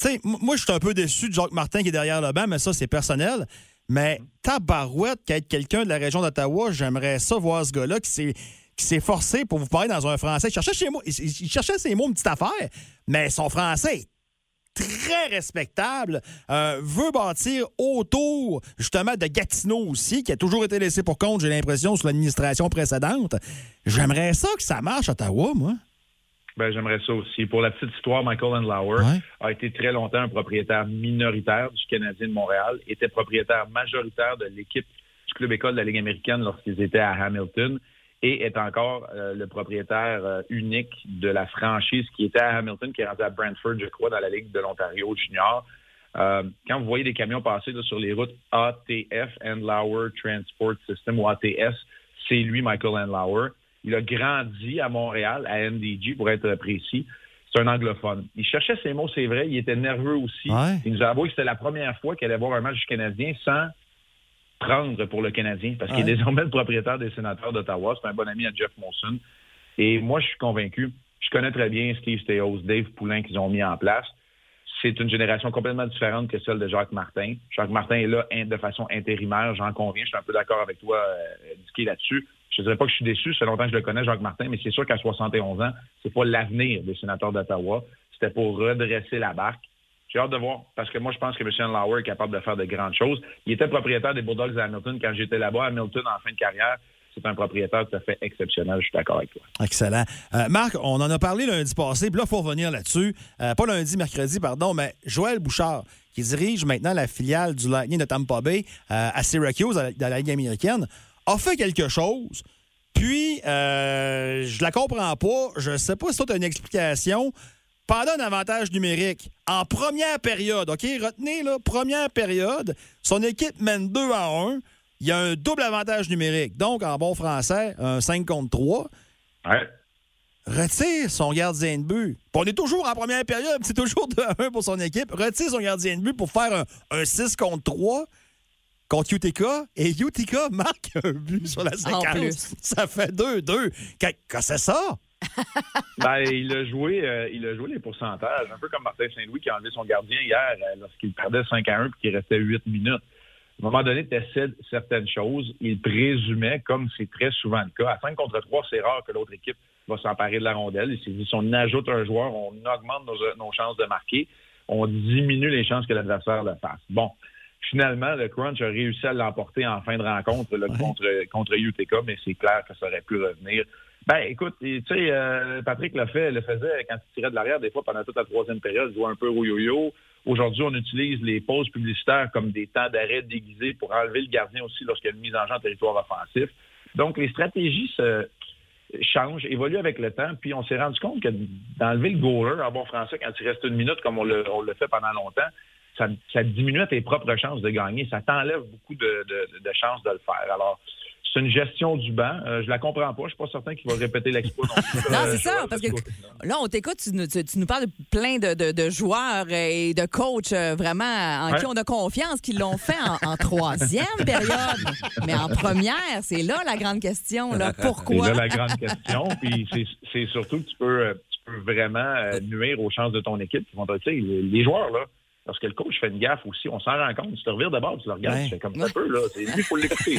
tu sais, m- moi, je suis un peu déçu de Jacques Martin qui est derrière le banc, mais ça, c'est personnel. Mais tabarouette, qu'être quelqu'un de la région d'Ottawa, j'aimerais ça voir ce gars-là qui s'est qui s'est forcé pour vous parler dans un français. Il cherchait, chez moi, il, il cherchait ses mots, une petite affaire, mais son français est très respectable, euh, veut bâtir autour justement de Gatineau aussi, qui a toujours été laissé pour compte, j'ai l'impression, sous l'administration précédente. J'aimerais ça que ça marche, Ottawa, moi. Ben, j'aimerais ça aussi. Pour la petite histoire, Michael Andlauer a été très longtemps un propriétaire minoritaire du Canadien de Montréal, était propriétaire majoritaire de l'équipe du club école de la Ligue américaine lorsqu'ils étaient à Hamilton et est encore euh, le propriétaire euh, unique de la franchise qui était à Hamilton, qui est rendu à Brantford, je crois, dans la Ligue de l'Ontario junior. Euh, quand vous voyez des camions passer là, sur les routes ATF, Andlauer Transport System, ou ATS, c'est lui, Michael Andlauer. Il a grandi à Montréal, à MDG, pour être précis. C'est un anglophone. Il cherchait ses mots, c'est vrai. Il était nerveux aussi. Il nous a avoué que c'était la première fois qu'il allait voir un match du Canadien sans prendre pour le Canadien, parce qu'il Ouais. est désormais le propriétaire des sénateurs d'Ottawa. C'est un bon ami à Jeff Monson. Et moi, je suis convaincu. Je connais très bien Steve Stéos, Dave Poulain qu'ils ont mis en place. C'est une génération complètement différente que celle de Jacques Martin. Jacques Martin est là in- de façon intérimaire, j'en conviens. Je suis un peu d'accord avec toi, euh, Dicky, là-dessus. Je ne dirais pas que je suis déçu, ça fait longtemps que je le connais, Jacques Martin, mais c'est sûr qu'à 71 ans, c'est pas l'avenir des sénateurs d'Ottawa. C'était pour redresser la barque. J'ai hâte de voir, parce que moi, je pense que M. Lauer est capable de faire de grandes choses. Il était propriétaire des Bulldogs à Hamilton quand j'étais là-bas. Hamilton, en fin de carrière, c'est un propriétaire tout à fait exceptionnel. Je suis d'accord avec toi. Excellent. Euh, Marc, on en a parlé lundi passé, puis là, il faut revenir là-dessus. Euh, pas lundi, mercredi, pardon, mais Joël Bouchard, qui dirige maintenant la filiale du Lightning de Tampa Bay euh, à Syracuse, à la- dans la Ligue américaine, a fait quelque chose, puis euh, je la comprends pas. Je sais pas si toi, tu une explication. Pendant un avantage numérique, en première période, OK? Retenez, là, première période, son équipe mène 2 à 1. Il y a un double avantage numérique. Donc, en bon français, un 5 contre 3 retire son gardien de but. Puis on est toujours en première période, c'est toujours 2 à 1 pour son équipe. Retire son gardien de but pour faire un, un 6 contre 3 contre Utica. Et Utica marque un but sur la séquence. plus. Ça fait 2-2. Qu'est-ce que c'est ça? Ben, il a joué, euh, il a joué les pourcentages, un peu comme Martin Saint-Louis qui a enlevé son gardien hier euh, lorsqu'il perdait 5 à 1 puis qu'il restait 8 minutes. À un moment donné, tu essaies certaines choses. Il présumait, comme c'est très souvent le cas, à 5 contre 3, c'est rare que l'autre équipe va s'emparer de la rondelle. Il s'est dit, si on ajoute un joueur, on augmente nos- nos chances de marquer. On diminue les chances que l'adversaire le fasse. Bon, finalement, le Crunch a réussi à l'emporter en fin de rencontre là, contre, contre Utica, mais c'est clair que ça aurait pu revenir Ben, écoute, tu sais, euh, Patrick le fait, le faisait quand il tirait de l'arrière, des fois, pendant toute la troisième période, il jouait un peu au yo-yo. Aujourd'hui, on utilise les pauses publicitaires comme des temps d'arrêt déguisés pour enlever le gardien aussi lorsqu'il y a une mise en jeu en territoire offensif. Donc, les stratégies se changent, évoluent avec le temps, puis on s'est rendu compte que d'enlever le goaler en bon français quand il reste une minute, comme on le, on le fait pendant longtemps, ça, ça diminue tes propres chances de gagner. Ça t'enlève beaucoup de, de- de chances de le faire. Alors, c'est une gestion du banc. Euh, je la comprends pas. Je suis pas certain qu'il va répéter l'exploit. non plus. Non, Euh, c'est ça, Joël, parce que là, on t'écoute, tu, nous- tu- tu nous parles de plein de, de- de joueurs et de coachs euh, vraiment en Ouais. qui on a confiance, qui l'ont fait en, en troisième période. Mais en première, c'est là la grande question. Là. Pourquoi? C'est là la grande question. Puis c'est- c'est surtout que tu peux, euh, tu peux vraiment euh, nuire aux chances de ton équipe. Qui vont te- tu sais, les les joueurs, là, lorsque le coach fait une gaffe aussi, on s'en rend compte. Tu te revires d'abord, tu le regardes, Ouais. tu fais comme ça peu, là. C'est lui, il faut l'écouter.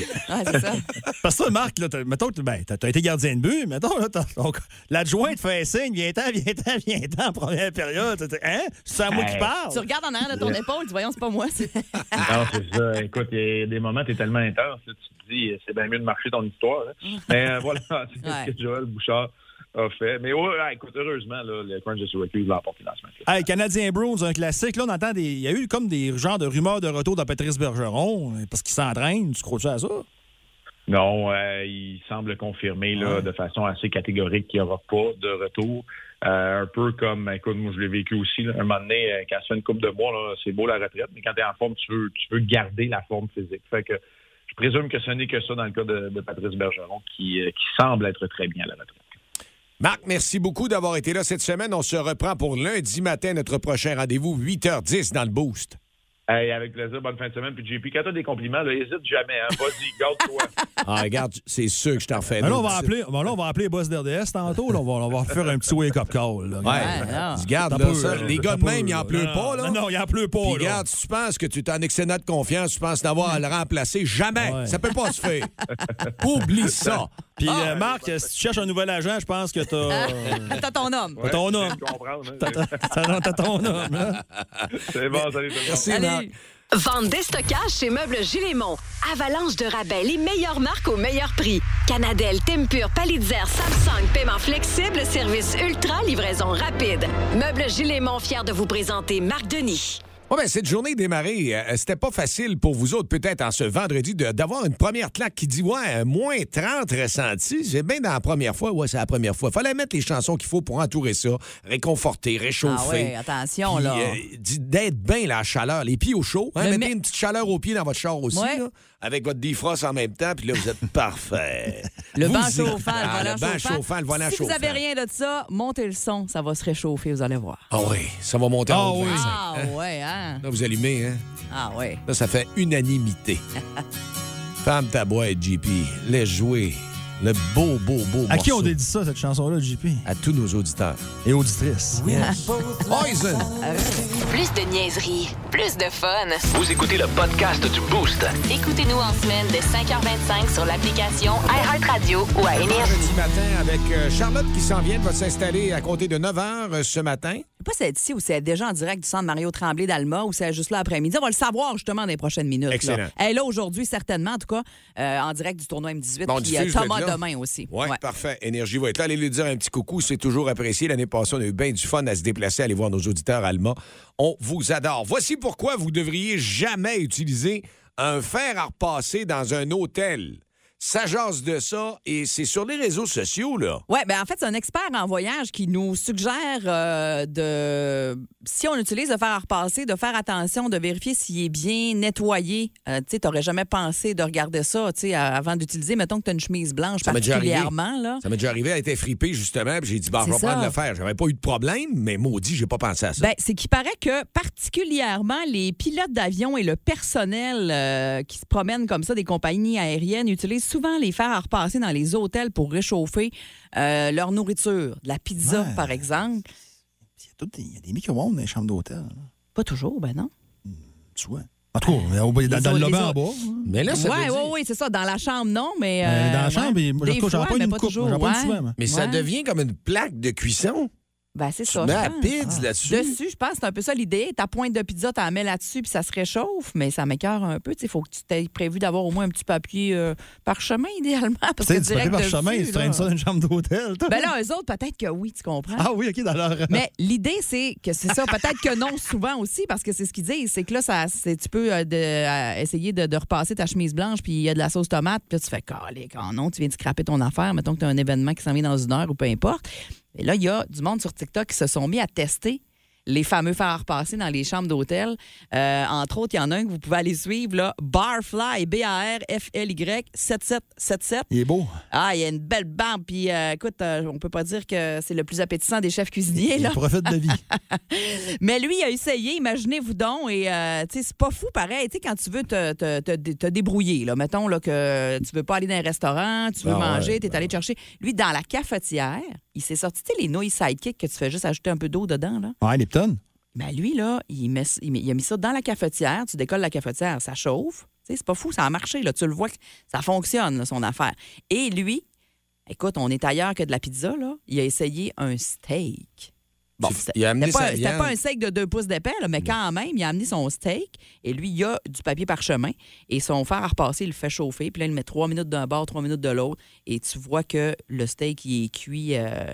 Parce que toi, Marc, là, t'as- mettons, que t'as- ben, t'as t'as été gardien de but, mettons, là, t'as- donc, l'adjointe fait un signe, viens-t'en, viens-t'en, viens-t'en, en première période. T'as- t'as- Hein? C'est à moi qui Hey. parle. Tu regardes en arrière de ton Yeah. épaule, tu vois, voyons, c'est pas moi. c'est- Non, c'est ça. Écoute, il y a des moments, tu es tellement intense, là, tu te dis, euh, c'est bien mieux de marcher ton histoire. là. Mais euh, voilà, c'est ce que Joël Bouchard a fait. Mais ouais, ouais, écoute, heureusement, là, le Crunch de Syracuse l'a emporté dans ce match. Hey, Canadien Browns, un classique. Là, on entend des. Il y a eu comme des genres de rumeurs de retour de Patrice Bergeron euh, parce qu'il s'entraîne. Tu crois-tu à ça? Non, euh, il semble confirmer là, de façon assez catégorique qu'il n'y aura pas de retour. Euh, un peu comme, écoute, moi je l'ai vécu aussi. là. un moment donné, euh, quand tu fais une coupe de mois, là, c'est beau la retraite, mais quand tu es en forme, tu veux, tu veux garder la forme physique. Fait que je présume que ce n'est que ça dans le cas de, de Patrice Bergeron qui, euh, qui semble être très bien à la retraite. Marc, merci beaucoup d'avoir été là cette semaine. On se reprend pour lundi matin, notre prochain rendez-vous, 8h10 dans le Boost. Hey, avec plaisir, bonne fin de semaine. Puis JP, quand t'as des compliments, là, hésite jamais. Hein. Vas-y, garde-toi. Ah, regarde, c'est sûr que je t'en fais Ben là, on d'autres. va appeler, ben là, on va appeler les boss d'RDS tantôt. là. on, va, on va faire un petit wake-up call. là. Ouais, tu gardes T'as là, peu, ça. là. Les T'as gars de peu, même, il en là. pleut Non, pas, là. Non, non, il en pleut pas, Puis là. regarde, si tu penses que tu es en excellent de confiance, tu penses d'avoir à le remplacer, jamais. Ça peut pas se faire. Oublie ça. Puis euh, Marc, euh, si tu cherches un nouvel agent, je pense que t'as. euh, T'as ton homme. T'as ton homme. T'as- T'as t'as ton homme, hein? hein. C'est bon, salut tout le monde. Vente déstockage chez Meubles Gilémont. Avalanche de rabais, les meilleures marques au meilleur prix. Canadel, Tempur, Pallizer, Samsung, paiement flexible, service ultra, livraison rapide. Meubles Gilémont, fier de vous présenter Marc Denis. Oui, mais ben, cette journée démarrée, euh, c'était pas facile pour vous autres, peut-être, en ce vendredi, de- d'avoir une première claque qui dit Ouais, euh, moins 30 ressentis. C'est bien dans la première fois. Ouais, c'est la première fois. Fallait mettre les chansons qu'il faut pour entourer ça, réconforter, réchauffer. Ah ouais, attention, Puis, là. euh, d- D'être bien la chaleur, les pieds au chaud. hein, Le mettez me- une petite chaleur aux pieds dans votre char aussi, Ouais. là, avec votre defrost en même temps, puis là, vous êtes parfait. Le Vous banc y- chauffant, Ah, le volant banc chauffant, le volant si chauffant. vous n'avez rien de ça, montez le son, ça va se réchauffer, vous allez voir. Ah oui, ça va monter en haut de 25. Ah ouais, hein? Là, vous allumez, hein? Ah ouais. Là, ça fait unanimité. Femme ta boîte, JP. Laisse jouer. Le beau, beau, beau. À qui on morceau. dédie ça, cette chanson-là, JP? À tous nos auditeurs. Et auditrices. Yes. Poison. Plus de niaiserie, plus de fun. Vous écoutez le podcast du Boost. Écoutez-nous en semaine de 5h25 sur l'application iHeartRadio ou à Énergie. Jeudi matin avec euh, Charlotte qui s'en vient, va s'installer à compter de 9 h euh, ce matin. Je sais pas si c'est ici ou si c'est déjà en direct du centre Mario Tremblay d'Alma ou si c'est juste là après-midi. On va le savoir justement dans les prochaines minutes. là. Excellent. Elle est là aujourd'hui, certainement, en tout cas, euh, en direct du tournoi M18. Bon, puis euh, diffuse, Thomas vous êtes là? demain aussi. Oui, parfait. Énergie va être là. Allez lui dire un petit coucou. C'est toujours apprécié. L'année passée, on a eu bien du fun à se déplacer, aller voir nos auditeurs allemands. On vous adore. Voici pourquoi vous devriez jamais utiliser un fer à repasser dans un hôtel. Ça jase de ça et c'est sur les réseaux sociaux, là. Oui, ben en fait, c'est un expert en voyage qui nous suggère euh, de, si on utilise le fer à repasser, de faire attention, de vérifier s'il est bien nettoyé. Euh, tu sais, t'aurais jamais pensé de regarder ça, tu sais, à- avant d'utiliser, mettons que t'as une chemise blanche Ça m'est déjà arrivé. particulièrement, là. Ça m'est déjà arrivé, elle était fripée, justement, puis j'ai dit, bah, je C'est vais ça. prendre le fer. J'avais pas eu de problème, mais maudit, j'ai pas pensé à ça. Ben, c'est qu'il paraît que particulièrement les pilotes d'avion et le personnel euh, qui se promènent comme ça des compagnies aériennes utilisent souvent les fers à repasser dans les hôtels pour réchauffer euh, leur nourriture, de la pizza Ouais. par exemple. Il y a des micro-ondes dans les chambres d'hôtel. Pas toujours, ben non. Souvent. En tout cas, au- dans, dans, le Les lobby autres- en bas. hein. Mais Oui, oui, oui, c'est ça. Dans la chambre, non, mais. Euh, dans la ouais. chambre, et moi, je Des trouve que j'en fois, prends une mais coupe, toujours, j'en prends une ouais. souvent, moi. Mais ça Ouais. devient comme une plaque de cuisson. Ben, c'est Tu ça. Ah. mets je la pense. pizza là-dessus? Dessus, je pense que c'est un peu ça l'idée. Ta pointe de pizza, t'en mets là-dessus, puis ça se réchauffe, mais ça m'écœure un peu. Il faut que tu t'aies prévu d'avoir au moins un petit papier euh, parchemin, idéalement. Tu Parce que sais, du papier direct par dessus, chemin, ils se là- traînent ça dans une chambre d'hôtel. toi. Ben là, eux autres, peut-être que oui, tu comprends. Ah oui, OK, dans leur. Mais l'idée, c'est que c'est ça. Peut-être que non, souvent aussi, parce que c'est ce qu'ils disent. C'est que là, ça, c'est- tu peux euh, de- euh, essayer de, de repasser ta chemise blanche, puis il y a de la sauce tomate, puis là, tu fais calé, quand non, tu viens de scraper ton affaire. Mettons que tu as un événement qui s'en vient dans une heure ou peu importe. Et là, il y a du monde sur TikTok qui se sont mis à tester les fameux faire repasser dans les chambres d'hôtel. Euh, entre autres, il y en a un que vous pouvez aller suivre, là, Barfly, B-A-R-F-L-Y, 7777. Il est beau. Ah, il y a une belle barbe. Puis, euh, écoute, euh, on peut pas dire que c'est le plus appétissant des chefs cuisiniers. Il Là. profite de vie. Mais lui, il a essayé, imaginez-vous donc. Et, euh, tu sais, c'est pas fou pareil. Tu sais, quand tu veux te, te, te, dé- te débrouiller, là, mettons là, que tu veux pas aller dans un restaurant, tu veux Ah ouais, manger, tu es allé te chercher. Lui, dans la cafetière, il s'est sorti, tu sais, les nouilles sidekick que tu fais juste ajouter un peu d'eau dedans, là. Ouais, Lipton. Ben lui, là, il, met- il met- il a mis ça dans la cafetière. Tu décolles la cafetière, ça chauffe. Tu sais, c'est pas fou, ça a marché. Là. Tu le vois que ça fonctionne, là, son affaire. Et lui, écoute, on est ailleurs que de la pizza. Là. Il a essayé un steak. Bon, Tu- c'était- il a amené c'était pas, sa un- c'était viande. pas un steak de deux pouces d'épais, là, mais quand même, il a amené son steak et lui, il a du papier parchemin et son fer à repasser, il le fait chauffer. Puis là, il le met trois minutes d'un bord, trois minutes de l'autre et tu vois que le steak, il est cuit euh,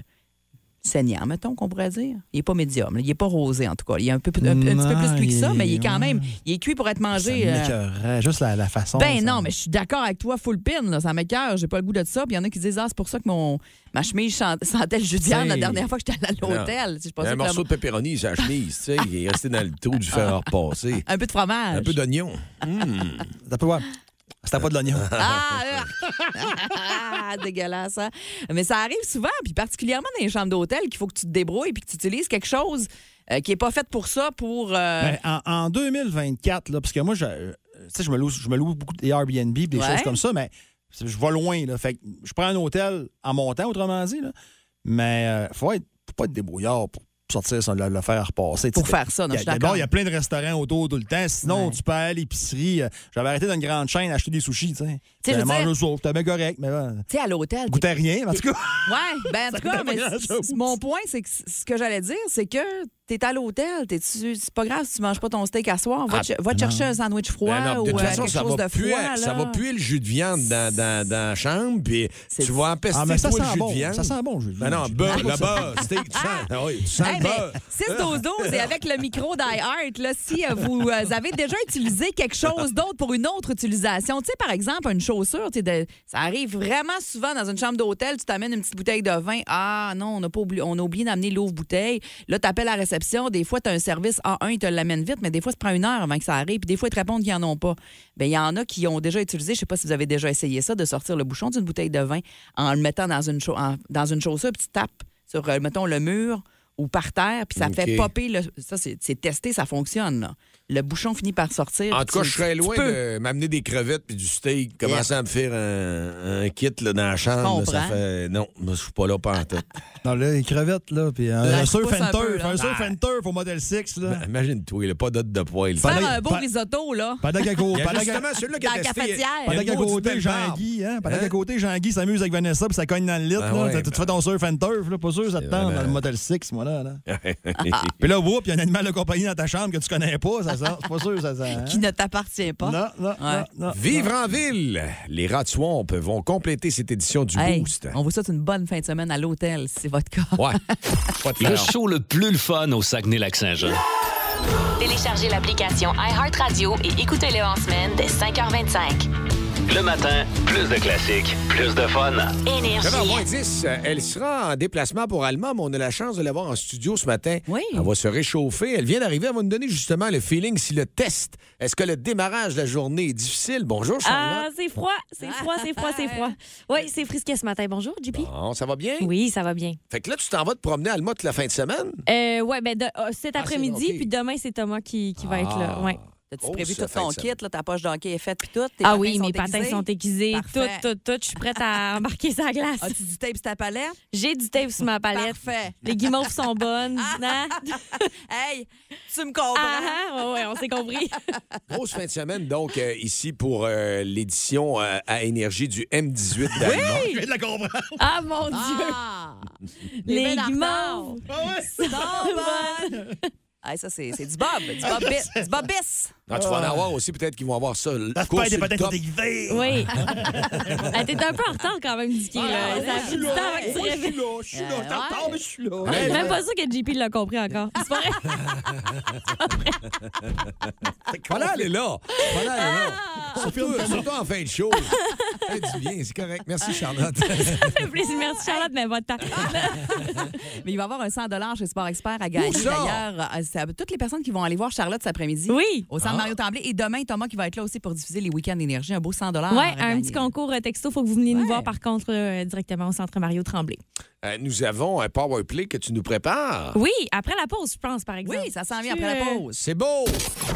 saignant, mettons qu'on pourrait dire. Il est pas médium, là. il est pas rosé en tout cas. Il est un, peu, un- un petit peu plus cuit que ça, mais il est quand même il est cuit pour être mangé. euh, m'écœurait, Juste la, la façon. ben ça. non, mais je suis d'accord avec toi, full pin, là, ça m'écœure, j'ai pas le goût de ça. Puis il y en a qui disent, ah, c'est pour ça que mon, ma chemise chan- sentait le judiane la C'est- dernière fois que j'étais allée à l'hôtel. Non. Tu sais, Il je y pensais a un que Ah. morceau la- de pepperoni, sa chemise, tu sais, il est resté dans le trou du fer à repasser. Un peu de fromage. Un peu d'oignon. T'as pas voir. C'était pas de l'oignon. Ah, ah, dégueulasse. hein? Mais ça arrive souvent, puis particulièrement dans les chambres d'hôtel, qu'il faut que tu te débrouilles puis que tu utilises quelque chose euh, qui n'est pas fait pour ça, pour. euh, Ben, en, en 2024, là, parce que moi, je, euh, tu sais, je me loue, je me loue beaucoup des Airbnb, des Ouais. choses comme ça, mais je vais loin. Là, fait que je prends un hôtel en montant, autrement dit. Là, mais il faut, être, faut pas être débrouillard pour sortir ça, le, le faire repasser. Pour Tu sais, faire ça, Ah, non, y a- je suis d'accord. D'abord, il y a plein de restaurants autour tout le temps. Sinon, tu peux aller à l'épicerie. euh, J'avais arrêté d'une grande chaîne acheter des sushis. Tu sais, sais, je veux J'avais mangé dire- le soir, c'était bien correct, mais là, Tu sais, à l'hôtel. t'es- goûtait rien, en tout cas. Ah, Ouais, ben en tout cas, coûtait pas mais grand-chose. c- c- mon point, c'est que c- ce que j'allais dire, c'est que t'es à l'hôtel, t'es c'est pas grave si tu manges pas ton steak à soir, va, Ah, te, va te non. chercher un sandwich froid Ben non, ou de toute euh, façon, quelque ça chose va, de froid. puer, ça là. va puer le jus de viande dans, dans- dans la chambre, puis tu vas empester Ah, mais ça toi, le sent jus bon. de viande. Ça sent bon, le jus de Ben viande. non, Je- beurre, Ah, le ça- beurre, steak, tu sens, ah oui, tu sens Hey, ben, le mais beurre. 6-12-12 et avec le micro d'iHeart, là, si euh, vous euh, avez déjà utilisé quelque chose d'autre pour une autre utilisation, tu sais, par exemple, une chaussure, tu sais, de- ça arrive vraiment souvent dans une chambre d'hôtel, tu t'amènes une petite bouteille de vin. Ah non, on a, pas oublié, on a oublié d'amener l'ouvre-bouteille. Là, tu appelles à la réception. Des fois, tu as un service A1, ils te l'amènent vite, mais des fois, ça prend une heure avant que ça arrive. Puis des fois, ils te répondent qu'ils n'en ont pas. Bien, il y en a qui ont déjà utilisé, je sais pas si vous avez déjà essayé ça, de sortir le bouchon d'une bouteille de vin en le mettant dans une, chau- en- dans une chaussure, puis tu tapes sur, euh, mettons, le mur ou par terre, puis ça OK. fait popper. Le... Ça, c'est c'est testé, ça fonctionne. là. Le bouchon finit par sortir. En puis tout cas, tu- je serais tu loin peux. de m'amener des crevettes puis du steak, commencer à me faire un, un kit là, dans la chambre. là, ça comprends. fait... Non, moi, je suis pas là pour en tout. Non, là, les crevettes, là, puis euh, Ben, un, Là, un je surf pousse un and peu, turf, là. un surf Ah. and turf au modèle 6, là. Ben, Imagine-toi, là, pas d'hôte de poil. Faire un beau risotto, là. Pendant qu'à côté, pendant qu'à- Dans la cafetière. pendant qu'à côté, Jean-Guy, hein, pendant qu'à côté, Jean-Guy s'amuse avec Vanessa, puis ça cogne dans le lit, là. Ben ouais, T'as- tu te fais ton surf and turf, là. Pas sûr, ça te tente dans le modèle 6, moi, là. là. Ah. Puis là, whoop, il y a un animal de compagnie dans ta chambre que tu connais pas, ça sort. C'est pas sûr, ça sort. hein. Qui ne t'appartient pas. Non, non, Ouais. non, non. Vivre en ville! Les rats de Swamp vont compléter cette édition du Hey, Boost. on vous souhaite une bonne fin de semaine à l'hôtel, si c'est votre cas. Ouais. Pas de Le faire. show le plus le fun au Saguenay-Lac-Saint-Jean. Téléchargez l'application iHeartRadio et écoutez-le en semaine dès 5h25. Le matin, plus de classiques, plus de fun. Énergie. 9h10, euh, elle sera en déplacement pour Allemagne, mais on a la chance de l'avoir en studio ce matin. Oui. Elle va se réchauffer. Elle vient d'arriver. Elle va nous donner justement le feeling si le test, est-ce que le démarrage de la journée est difficile? Bonjour, Ah, Charlotte. c'est froid, c'est froid, c'est froid, c'est froid. Oui, c'est frisqué ce matin. Bonjour, JP. Bon, ça va bien? Oui, ça va bien. Fait que là, tu t'en vas te promener à Alma toute la fin de semaine? Euh, ouais, ben de- euh, cet Ah, après-midi, c'est- ok. puis demain, c'est Thomas qui, qui va être là. Ah. Ouais. T'as-tu Grosse prévu tout fin ton de kit, semaine. là, ta poche d'enquête est faite, puis tout? tes Ah oui, patins mes patins sont aiguisés, tout, Parfait. tout, tout. Je suis prête à embarquer sa glace. As-tu du tape sur ta palette? J'ai du tape sur ma palette. Parfait. Les guimauves sont bonnes. hein? hey, tu me comprends? Ah, ouais, on s'est compris. Grosse fin de semaine, donc, euh, ici pour euh, l'édition euh, à énergie du M18 d'Allemagne. Je viens de la comprendre. Ah, mon Dieu! Les belles guimauves! sont bonnes. Hey, ça, c'est c'est du bob. Du bob bis. Du bob bis. Ah, tu vas en avoir aussi, peut-être qu'ils vont avoir ça. Ça se perd des patates sont aiguisées. Oui. Ah, T'es un peu en retard quand même, Dicky. là. Ah, Ça a je pris suis du là, temps avant que tu je suis réveilles. là, je suis là, je suis en retard, mais je suis là. Je suis même pas sûr que JP l'a compris encore. C'est pas vrai? Voilà, elle est là. Voilà, elle est là. Ah. Surtout, surtout en fin de show. Elle dit bien, c'est correct. Merci, Charlotte. Ça fait plaisir. Merci, Charlotte, mais votre temps. Mais il va y avoir un 100 chez Sport Expert à gagner. Où ça? D'ailleurs, euh, c'est à toutes les personnes qui vont aller voir Charlotte cet après-midi. Oui. Au centre Ah. Mario Tremblay. Et demain, Thomas qui va être là aussi pour diffuser les week-ends d'énergie. Un beau 100 Ouais, un petit concours euh, texto. Faut que vous veniez nous voir, par contre, euh, directement au Centre Mario Tremblay. Euh, nous avons un PowerPlay que tu nous prépares. Oui, après la pause, je pense, par exemple. euh, Oui, ça s'en vient après la pause. C'est beau.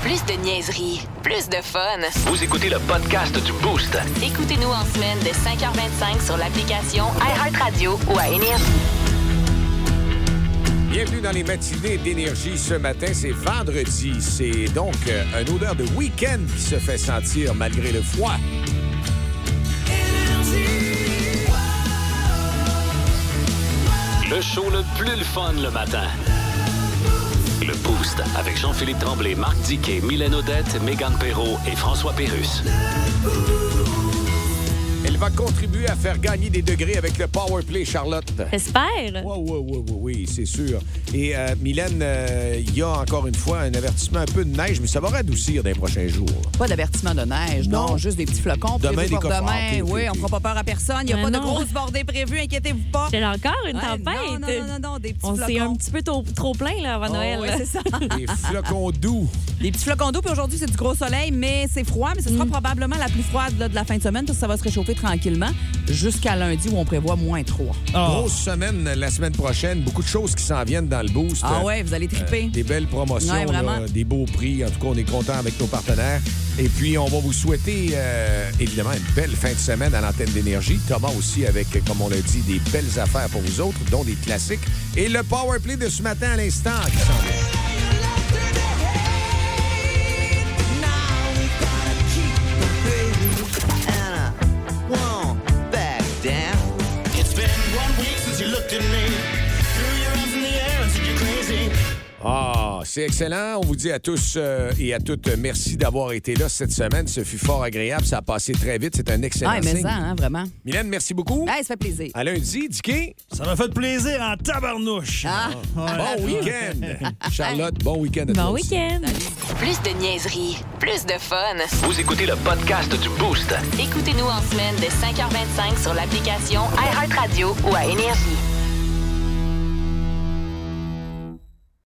Plus de niaiserie, plus de fun. Vous écoutez le podcast du Boost. Écoutez-nous en semaine de 5h25 sur l'application iHeartRadio ou à Énergie. Bienvenue dans les matinées d'énergie ce matin. C'est vendredi. C'est donc euh, une odeur de week-end qui se fait sentir malgré le froid. Le show le plus le fun le matin. Le Boost avec Jean-Philippe Tremblay, Marc Diquet, Mylène Odette, Megan Perrault et François Pérus. Elle va contribuer à faire gagner des degrés avec le PowerPlay, Charlotte. J'espère. Oui, oui, oui, oui, oui, c'est sûr. Et euh, Mylène, euh, il y a encore une fois un avertissement un peu de neige, mais ça va radoucir dans les prochains jours. Pas d'avertissement de neige, non. Non. Juste des petits flocons. Demain, prévus des pour coffres. Demain, Ah, ok, ok, oui, ok. on fera pas peur à personne. Il n'y a Mais pas de non. grosses bordées prévues. Inquiétez-vous pas. C'est encore une Ouais, tempête. Non, non, non, non, des petits On s'est flocons. un petit peu tôt- trop plein, là, avant Oh, Noël. oui, là. c'est ça. Des flocons doux. Des petits flocons d'eau, puis aujourd'hui, c'est du gros soleil, mais c'est froid, mais ce Mm. sera probablement la plus froide là, de la fin de semaine, parce que ça va se réchauffer tranquillement jusqu'à lundi où on prévoit moins 3. Grosse semaine la semaine prochaine. Beaucoup de choses qui s'en viennent dans le boost. Ah ouais, vous allez triper. Euh, des belles promotions, Ouais, vraiment. là, des beaux prix. En tout cas, on est content avec nos partenaires. Et puis, on va vous souhaiter, euh, évidemment, une belle fin de semaine à l'antenne d'énergie. Thomas aussi avec, comme on l'a dit, des belles affaires pour vous autres, dont des classiques. Et le power play de ce matin à l'instant qui s'en vient. It's been one week since you looked at me. Threw your arms in the air and said you're crazy. Ah, c'est excellent. On vous dit à tous euh, et à toutes euh, merci d'avoir été là cette semaine. Ce fut fort agréable. Ça a passé très vite. C'est un excellent Ah, mais signe. ça, hein, vraiment. Mylène, merci beaucoup. Ah, ça fait plaisir. À lundi, Dicky. Ça m'a fait plaisir en tabarnouche. Ah. Bon week-end. Charlotte, bon week-end à toi aussi. Plus de niaiserie, plus de fun. Vous écoutez le podcast du Boost. Écoutez-nous en semaine de 5h25 sur l'application iHeartRadio ou à Énergie.